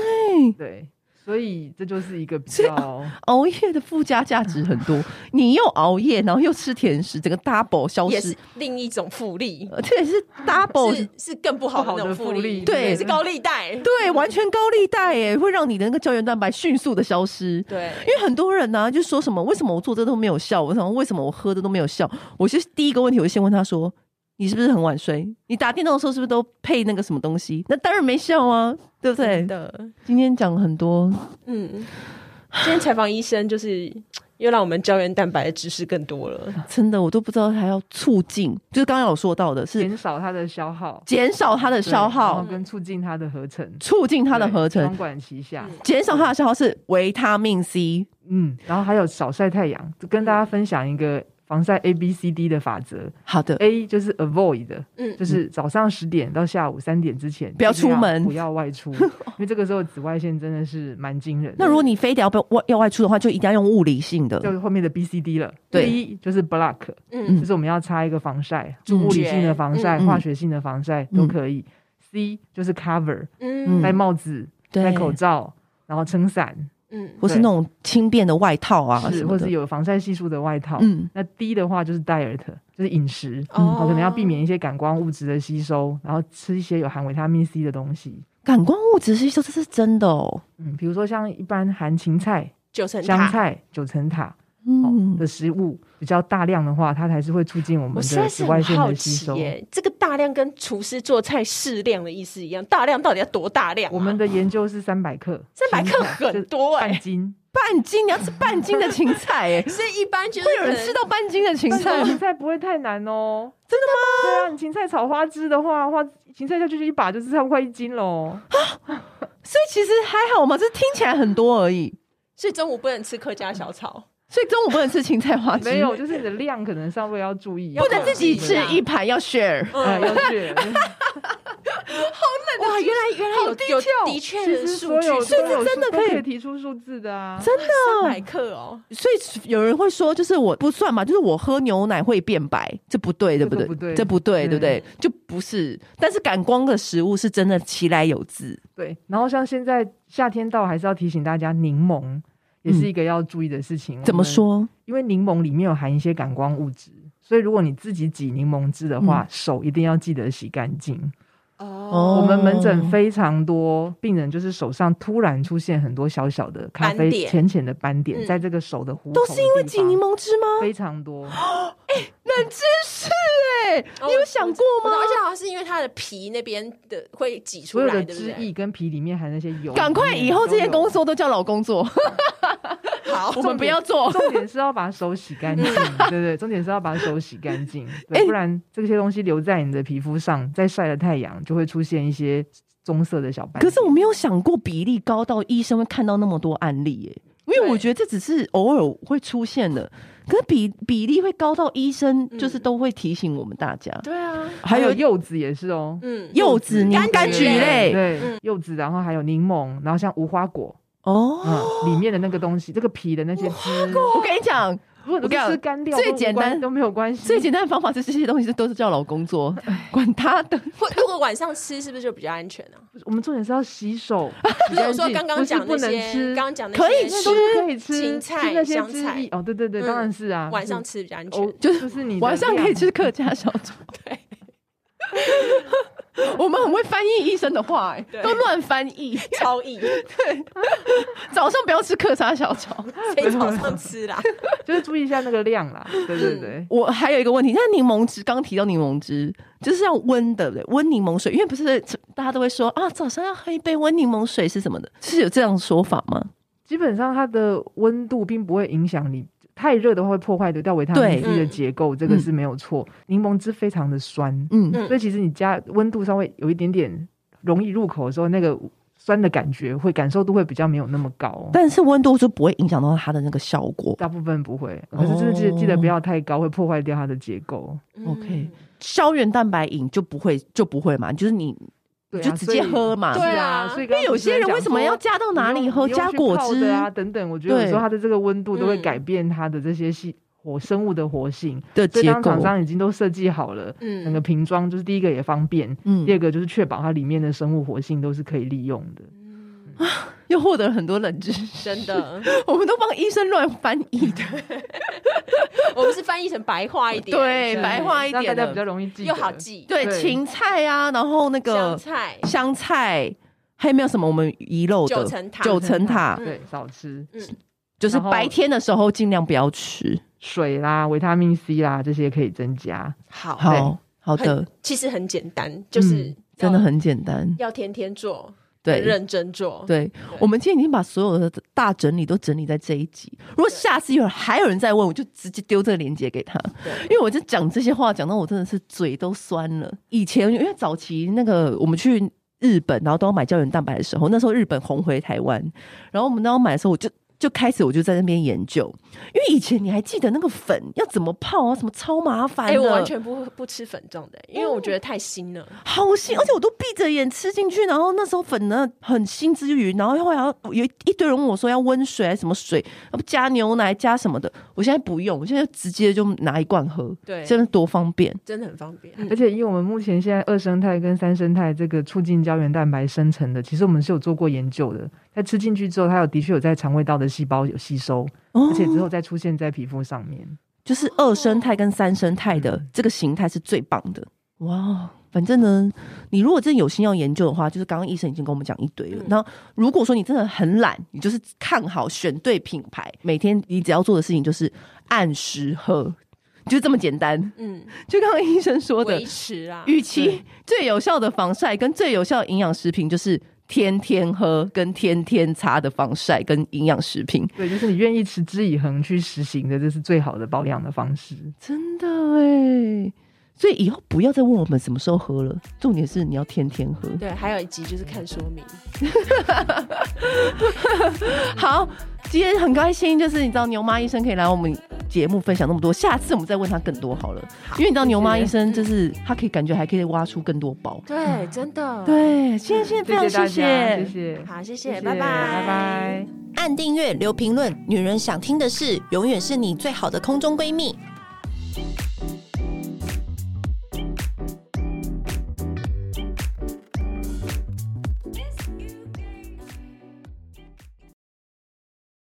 Speaker 5: 对，所以这 就是一个比
Speaker 3: 所以
Speaker 5: 较。
Speaker 3: 熬夜的附加价值很 多，你又熬夜，然后又吃甜食，整个 double 消
Speaker 4: 也是
Speaker 3: 失，
Speaker 4: 另一种复利，
Speaker 3: 而且是 double，
Speaker 4: 是是更不好
Speaker 5: 不好
Speaker 4: 那
Speaker 5: 的
Speaker 4: 种
Speaker 5: 复
Speaker 4: 利，
Speaker 5: 利
Speaker 3: 对
Speaker 4: 是高利贷，
Speaker 3: 对，完全高利贷耶，会让你的那个胶原蛋白迅速的消失。
Speaker 4: 对，
Speaker 3: 因为很多人呢、啊就说什么为什么我做这都没有效，我想为什么我喝的都没有效，我就第一个问题我就先问他说。你是不是很晚睡？你打电动的时候是不是都配那个什么东西？那当然没效啊，对不对
Speaker 4: 真？的，
Speaker 3: 今天讲了很多，
Speaker 4: 嗯，今天采访医生就是。又让我们胶原蛋白的知识更多了，
Speaker 3: 真的我都不知道还要促进，就是刚刚有说到的是
Speaker 5: 减少它的消耗，
Speaker 3: 减少它的
Speaker 5: 对
Speaker 3: 消
Speaker 5: 然
Speaker 3: 耗
Speaker 5: 后，跟促进它的合成，
Speaker 3: 促进它的
Speaker 5: 对
Speaker 3: 合成
Speaker 5: 双，管齐下。
Speaker 3: 减少它的消耗是维他命 C。
Speaker 5: 嗯，然后还有少晒太阳，就跟大家分享一个防晒 A B C D 的法则。
Speaker 3: 好的，
Speaker 5: A 就是 avoid，
Speaker 4: 嗯
Speaker 5: 就是早上十点到下午三点之前
Speaker 3: 不要
Speaker 5: 尽量
Speaker 3: 出门
Speaker 5: 不要外 出，因为这个时候紫外线真的是蛮惊人的。
Speaker 3: 那如果你非得要不要要外出的话，就一定要用物理性的。
Speaker 5: 就是后面的 B C D 了，
Speaker 3: 对
Speaker 5: 第一就是 block，
Speaker 4: 嗯
Speaker 5: 就是我们要擦一个防晒，
Speaker 3: 嗯
Speaker 5: 物理性的防晒、
Speaker 3: 嗯
Speaker 5: 化学性的防晒都可以。C 就是 cover，
Speaker 4: 嗯
Speaker 5: 戴帽子、戴口罩，然后撑伞，
Speaker 4: 嗯，
Speaker 1: 或
Speaker 3: 或是那种轻便的外套啊
Speaker 5: 是
Speaker 3: 什
Speaker 5: 或
Speaker 3: 么
Speaker 5: 是
Speaker 3: 的。
Speaker 5: 有防晒系数的外套。
Speaker 3: 嗯，
Speaker 5: 那低的话就是 diet，就是饮食，
Speaker 3: 嗯
Speaker 5: 哦，可能要避免一些感光物质的吸收，然后吃一些有含维他命 C 的东西。
Speaker 3: 感光物质吸收这是真的哦。
Speaker 5: 嗯，比如说像一般含芹菜、
Speaker 4: 九层
Speaker 5: 香
Speaker 4: 塔。
Speaker 5: 菜、九层塔哦
Speaker 3: 嗯，
Speaker 5: 的食物比较大量的话，它才是会促进我们
Speaker 4: 我实在
Speaker 5: 的
Speaker 4: 是
Speaker 5: 紫外
Speaker 4: 很
Speaker 5: 线
Speaker 4: 好
Speaker 5: 的吸
Speaker 4: 奇
Speaker 5: 收。
Speaker 4: 耶，这个大量跟厨师做菜适量的意思一样，大量到底要多大量啊、
Speaker 5: 我们的研究是三百克，
Speaker 4: 三百
Speaker 5: 芹
Speaker 4: 克
Speaker 5: 菜
Speaker 4: 很
Speaker 5: 就
Speaker 4: 多哎、
Speaker 5: 半斤。
Speaker 3: 半斤，你要吃半斤的芹菜哎、
Speaker 4: 所以一般就是
Speaker 3: 会有
Speaker 4: 可
Speaker 3: 人
Speaker 4: 能
Speaker 3: 吃到半斤的芹菜
Speaker 5: 但
Speaker 3: 吗？
Speaker 5: 芹菜不会太难哦。真的吗？对啊，你芹菜炒花枝的话，花芹菜下去就一把就是差不多快一斤喽。
Speaker 3: 所以其实还好嘛，这听起来很多而已。
Speaker 4: 所以中午不能吃客家小炒，
Speaker 3: 所以中午不能吃芹菜花枝，
Speaker 5: 没有，就是你的量可能稍微要注意，
Speaker 3: 不能自己吃
Speaker 5: 要
Speaker 3: 一盘，要 share。
Speaker 5: 呃要去。
Speaker 4: 哇，原来原来有有的确
Speaker 5: 其
Speaker 4: 的
Speaker 5: 实
Speaker 4: 数
Speaker 5: 所
Speaker 4: 据
Speaker 5: 有
Speaker 4: 是
Speaker 5: 所有
Speaker 3: 真的
Speaker 5: 都
Speaker 3: 可以
Speaker 5: 可以提出数字的啊。
Speaker 3: 真
Speaker 4: 三
Speaker 3: 的
Speaker 4: 百，克哦，
Speaker 3: 所以有人会说，就是我不算嘛，就是我喝牛奶会变白，这不对，对
Speaker 5: 这
Speaker 3: 不
Speaker 5: 个
Speaker 3: 对？
Speaker 5: 不对嗯
Speaker 3: 这不对，对不
Speaker 5: 对
Speaker 3: 对？就不是，但是感光的食物是真的其来有自，
Speaker 5: 对，然后像现在夏天到，还是要提醒大家，柠檬也是一个要注意的事情。
Speaker 3: 嗯怎么？说？
Speaker 5: 因为柠檬里面有含一些感光物质，所以如果你自己挤柠檬汁的话，手一定要记得洗干净。
Speaker 3: 嗯哦
Speaker 5: 我们门诊非常多病人，就是手上突然出现很多小小的咖
Speaker 4: 斑
Speaker 5: 啡
Speaker 4: 点
Speaker 5: 浅浅的斑
Speaker 4: 嗯
Speaker 5: 点，在这个手的虎
Speaker 3: 都是因为挤柠
Speaker 5: 檬，
Speaker 3: 檬汁吗？
Speaker 5: 非 常多。
Speaker 3: 冷知识哎、
Speaker 4: 哦
Speaker 3: 你有想过
Speaker 4: 我
Speaker 3: 吗
Speaker 4: 懂？而且好像是因为它的皮那边的会挤出
Speaker 5: 所有
Speaker 4: 来，
Speaker 5: 的
Speaker 4: 对不
Speaker 5: 汁
Speaker 4: 对？
Speaker 5: 液跟皮里面含那些油，
Speaker 3: 赶快以后这些工
Speaker 5: 作。
Speaker 3: 作都叫老公做，
Speaker 4: 好，
Speaker 3: 我们不要做。
Speaker 5: 重点是要把手洗干净，
Speaker 4: 嗯
Speaker 5: 对对，重点是要把手洗 干净，
Speaker 3: 哎
Speaker 5: 对，不然这些东西留在你的皮肤上，再晒了太阳就会出现一些棕色的小斑点。
Speaker 3: 可是我没有想过比例高到医生会看到那么多案例耶、因为我
Speaker 4: 对
Speaker 3: 觉得这只是偶尔会出现的，可是比比例会高到医生就是
Speaker 4: 嗯
Speaker 3: 都会提醒我们大家。
Speaker 4: 对啊，
Speaker 5: 还
Speaker 3: 还
Speaker 5: 有
Speaker 3: 有
Speaker 5: 柚子也是哦，
Speaker 4: 嗯，
Speaker 3: 柚子、
Speaker 4: 柑
Speaker 3: 柑柑
Speaker 4: 橘
Speaker 3: 橘
Speaker 4: 类
Speaker 3: 类
Speaker 5: 对
Speaker 4: 嗯，
Speaker 5: 柚子，然后还有柠檬，然后像无花果，
Speaker 3: 哦。
Speaker 5: 嗯，里面的那个东西，这个皮的那些汁，
Speaker 3: 我跟你讲，
Speaker 5: 如果
Speaker 3: 我
Speaker 5: 你
Speaker 3: 跟你
Speaker 5: 是
Speaker 3: 讲
Speaker 5: 吃干掉，
Speaker 3: 最
Speaker 5: 都无
Speaker 3: 简
Speaker 5: 关
Speaker 3: 单
Speaker 5: 都没有关系，
Speaker 3: 最简单的方法是这些东西都是叫老公做，管他哎的。
Speaker 4: 或如果晚上吃是不是就比较安全呢？
Speaker 5: 我们重点是要洗手，
Speaker 4: 不是
Speaker 5: 洗干
Speaker 4: 我说
Speaker 5: 净
Speaker 4: 刚刚
Speaker 5: 不是
Speaker 4: 讲那
Speaker 5: 不能
Speaker 4: 些，
Speaker 5: 吃，
Speaker 4: 刚刚讲那
Speaker 3: 可以
Speaker 4: 些
Speaker 5: 那
Speaker 4: 是
Speaker 5: 都是可以吃，
Speaker 4: 芹菜
Speaker 5: 吃那些
Speaker 4: 香
Speaker 5: 汁
Speaker 4: 菜
Speaker 5: 液哦，对对对，
Speaker 4: 嗯
Speaker 5: 当然是啊，
Speaker 4: 晚上
Speaker 5: 就是
Speaker 4: 吃比较安全
Speaker 5: 哦，。就是就是你的
Speaker 3: 晚上可以
Speaker 5: 量
Speaker 3: 吃客家小煮。
Speaker 4: 对，
Speaker 3: 我们很会翻译医生的话、哎
Speaker 4: 对
Speaker 3: 都乱翻译。
Speaker 4: 超意，所
Speaker 3: 早上不要吃客家小炒。
Speaker 4: 以早上吃啦。
Speaker 5: 就是注意一下那个量 啦。对对对，
Speaker 3: 我还有一个问题，那柠檬汁刚提到柠檬汁，就是要温的，对不对？温柠檬水，因为不是大家都会说啊，早上要喝一杯温柠檬水是什么的？是有这样的说法吗？
Speaker 5: 基本上它的温度并不会影响你。太热的话会破坏得掉维他
Speaker 3: 对
Speaker 5: 命 C 的
Speaker 4: 嗯
Speaker 5: 结构，这个是没有错。柠檬汁非常的酸，
Speaker 3: 嗯，
Speaker 4: 嗯
Speaker 5: 所以其实你加温度稍微有一点点容易入口的时候，那个酸的感觉会感受度会比较没有那么高。
Speaker 3: 但是温度就不会影响到它的那个效果。
Speaker 5: 大部分不会，
Speaker 3: 哦
Speaker 5: 可是就是记得记得不要太高，会破坏掉它的结构。
Speaker 4: 嗯
Speaker 3: OK 胶原蛋白饮就不会就不会嘛，就是你
Speaker 5: 对
Speaker 3: 你
Speaker 5: 啊
Speaker 3: 就直接
Speaker 5: 所以
Speaker 3: 喝嘛。
Speaker 5: 对
Speaker 4: 对
Speaker 5: 啊，
Speaker 4: 啊
Speaker 5: 所以
Speaker 3: 因
Speaker 5: 刚
Speaker 3: 为
Speaker 5: 刚
Speaker 3: 有
Speaker 5: 主持
Speaker 3: 些
Speaker 5: 人
Speaker 3: 人为
Speaker 5: 讲
Speaker 3: 什么要
Speaker 5: 说
Speaker 3: 加到哪
Speaker 5: 你
Speaker 3: 里
Speaker 5: 用
Speaker 3: 喝？
Speaker 5: 你用
Speaker 3: 加
Speaker 5: 去
Speaker 3: 果
Speaker 5: 泡
Speaker 3: 汁
Speaker 5: 的啊，等等，我觉得有时候
Speaker 3: 对
Speaker 5: 它的这个温度都会
Speaker 4: 嗯
Speaker 5: 改变它的这些细活生物的活性。
Speaker 3: 的
Speaker 5: 所以
Speaker 3: 结
Speaker 5: 当
Speaker 3: 构
Speaker 5: 啊厂。商已经都设计好了，整个
Speaker 4: 嗯，
Speaker 5: 瓶装就是第一个也方便，
Speaker 3: 嗯
Speaker 5: 第二个就是确保它里面的生物活性都是可以利用的。
Speaker 3: 嗯又获得了很多冷知识，
Speaker 4: 真的，
Speaker 3: 我们都帮医生乱翻译 的，
Speaker 4: 我们是翻译成白话一点，
Speaker 3: 对，
Speaker 5: 对
Speaker 3: 白话一
Speaker 5: 让大
Speaker 3: 点
Speaker 5: 家比较
Speaker 3: 的，
Speaker 5: 容易记得，
Speaker 4: 又好记。
Speaker 3: 对，
Speaker 5: 对
Speaker 3: 芹菜啊，然后那
Speaker 4: 香
Speaker 3: 个
Speaker 4: 菜，
Speaker 3: 香菜，还有没有什么我们遗漏的？
Speaker 4: 九层塔
Speaker 3: 九层塔
Speaker 4: 嗯
Speaker 5: 对，少吃
Speaker 3: 就是
Speaker 5: 然后
Speaker 3: 白天的时候尽量不要吃。
Speaker 5: 水啦、维他命 C 啦，这些可以增加。
Speaker 4: 好，
Speaker 3: 好好的，
Speaker 4: 其实很简单，就是
Speaker 5: 嗯
Speaker 4: 要
Speaker 3: 真的很简单。
Speaker 4: 要天天做，很
Speaker 3: 对
Speaker 4: 认真做，
Speaker 3: 对，我们今天已经把所有的大整理都整理在这一集。如果下次有人还有人再问，我就直接丢这个链接给他。
Speaker 4: 对
Speaker 3: 因为我就讲这些话，讲到我真的是嘴都酸了。以前因为早期那个我们去日本，然后都要买胶原蛋白的时候，那时候日本红回台湾，然后我们都要买的时候，我就就开始我就在那边研究，因为以前你还记得那个粉要怎么泡啊，什么超麻烦的，
Speaker 4: 哎，我完全不不吃粉状的，因为我觉得太腥了。
Speaker 3: 好腥，而且我都闭着眼吃进去，然后那时候粉呢很腥之余，然后后来要有一堆人问我说要温水还是什么水，要不加牛奶加什么的，我现在不用，我现在直接就拿一罐喝，
Speaker 4: 对，嗯
Speaker 3: 真的多方便。
Speaker 4: 真的很方便。
Speaker 5: 而且以我们目前现在二生态跟三生态这个促进胶原蛋白生成的，其实我们是有做过研究的。在吃进去之后，它有的确有在肠胃道的细胞有吸收，而且之后再出现在皮肤上面。
Speaker 3: 就是二生态跟三生态的这个形态是最棒的。哇，反正呢，你如果真的有心要研究的话，就是刚刚医生已经跟我们讲一堆了。那、如果说你真的很懒，你就是看好选对品牌，每天你只要做的事情就是按时喝，就这么简单。
Speaker 4: 嗯，
Speaker 3: 就刚刚医生说的
Speaker 4: 维，持啊，
Speaker 3: 与其最有效的防晒跟最有效的营养食品，就是天天喝跟天天擦的防晒跟营养食品。
Speaker 5: 对，就是你愿意持之以恒去实行的，这是最好的保养的方式。
Speaker 3: 真的哎，所以以后不要再问我们什么时候喝了，重点是你要天天喝。
Speaker 4: 对，还有一集就是看说明。
Speaker 3: 好，今天很开心，就是你知道牛妈医生可以来我们节目分享那么多，下次我们再问他更多好了，因为你知道牛妈医生就是他可以感觉还可以挖出更多宝。
Speaker 4: 对，真的。，
Speaker 3: 对，现在现在非
Speaker 5: 谢
Speaker 3: 常
Speaker 5: 谢
Speaker 3: 谢
Speaker 5: 大家，谢
Speaker 3: 谢。
Speaker 5: 谢，
Speaker 4: 好，谢
Speaker 5: 谢
Speaker 4: 谢，
Speaker 5: 谢
Speaker 4: 拜拜，
Speaker 5: 拜拜。
Speaker 1: 按订阅，留评论，女人想听的事，永远是你最好的空中闺蜜。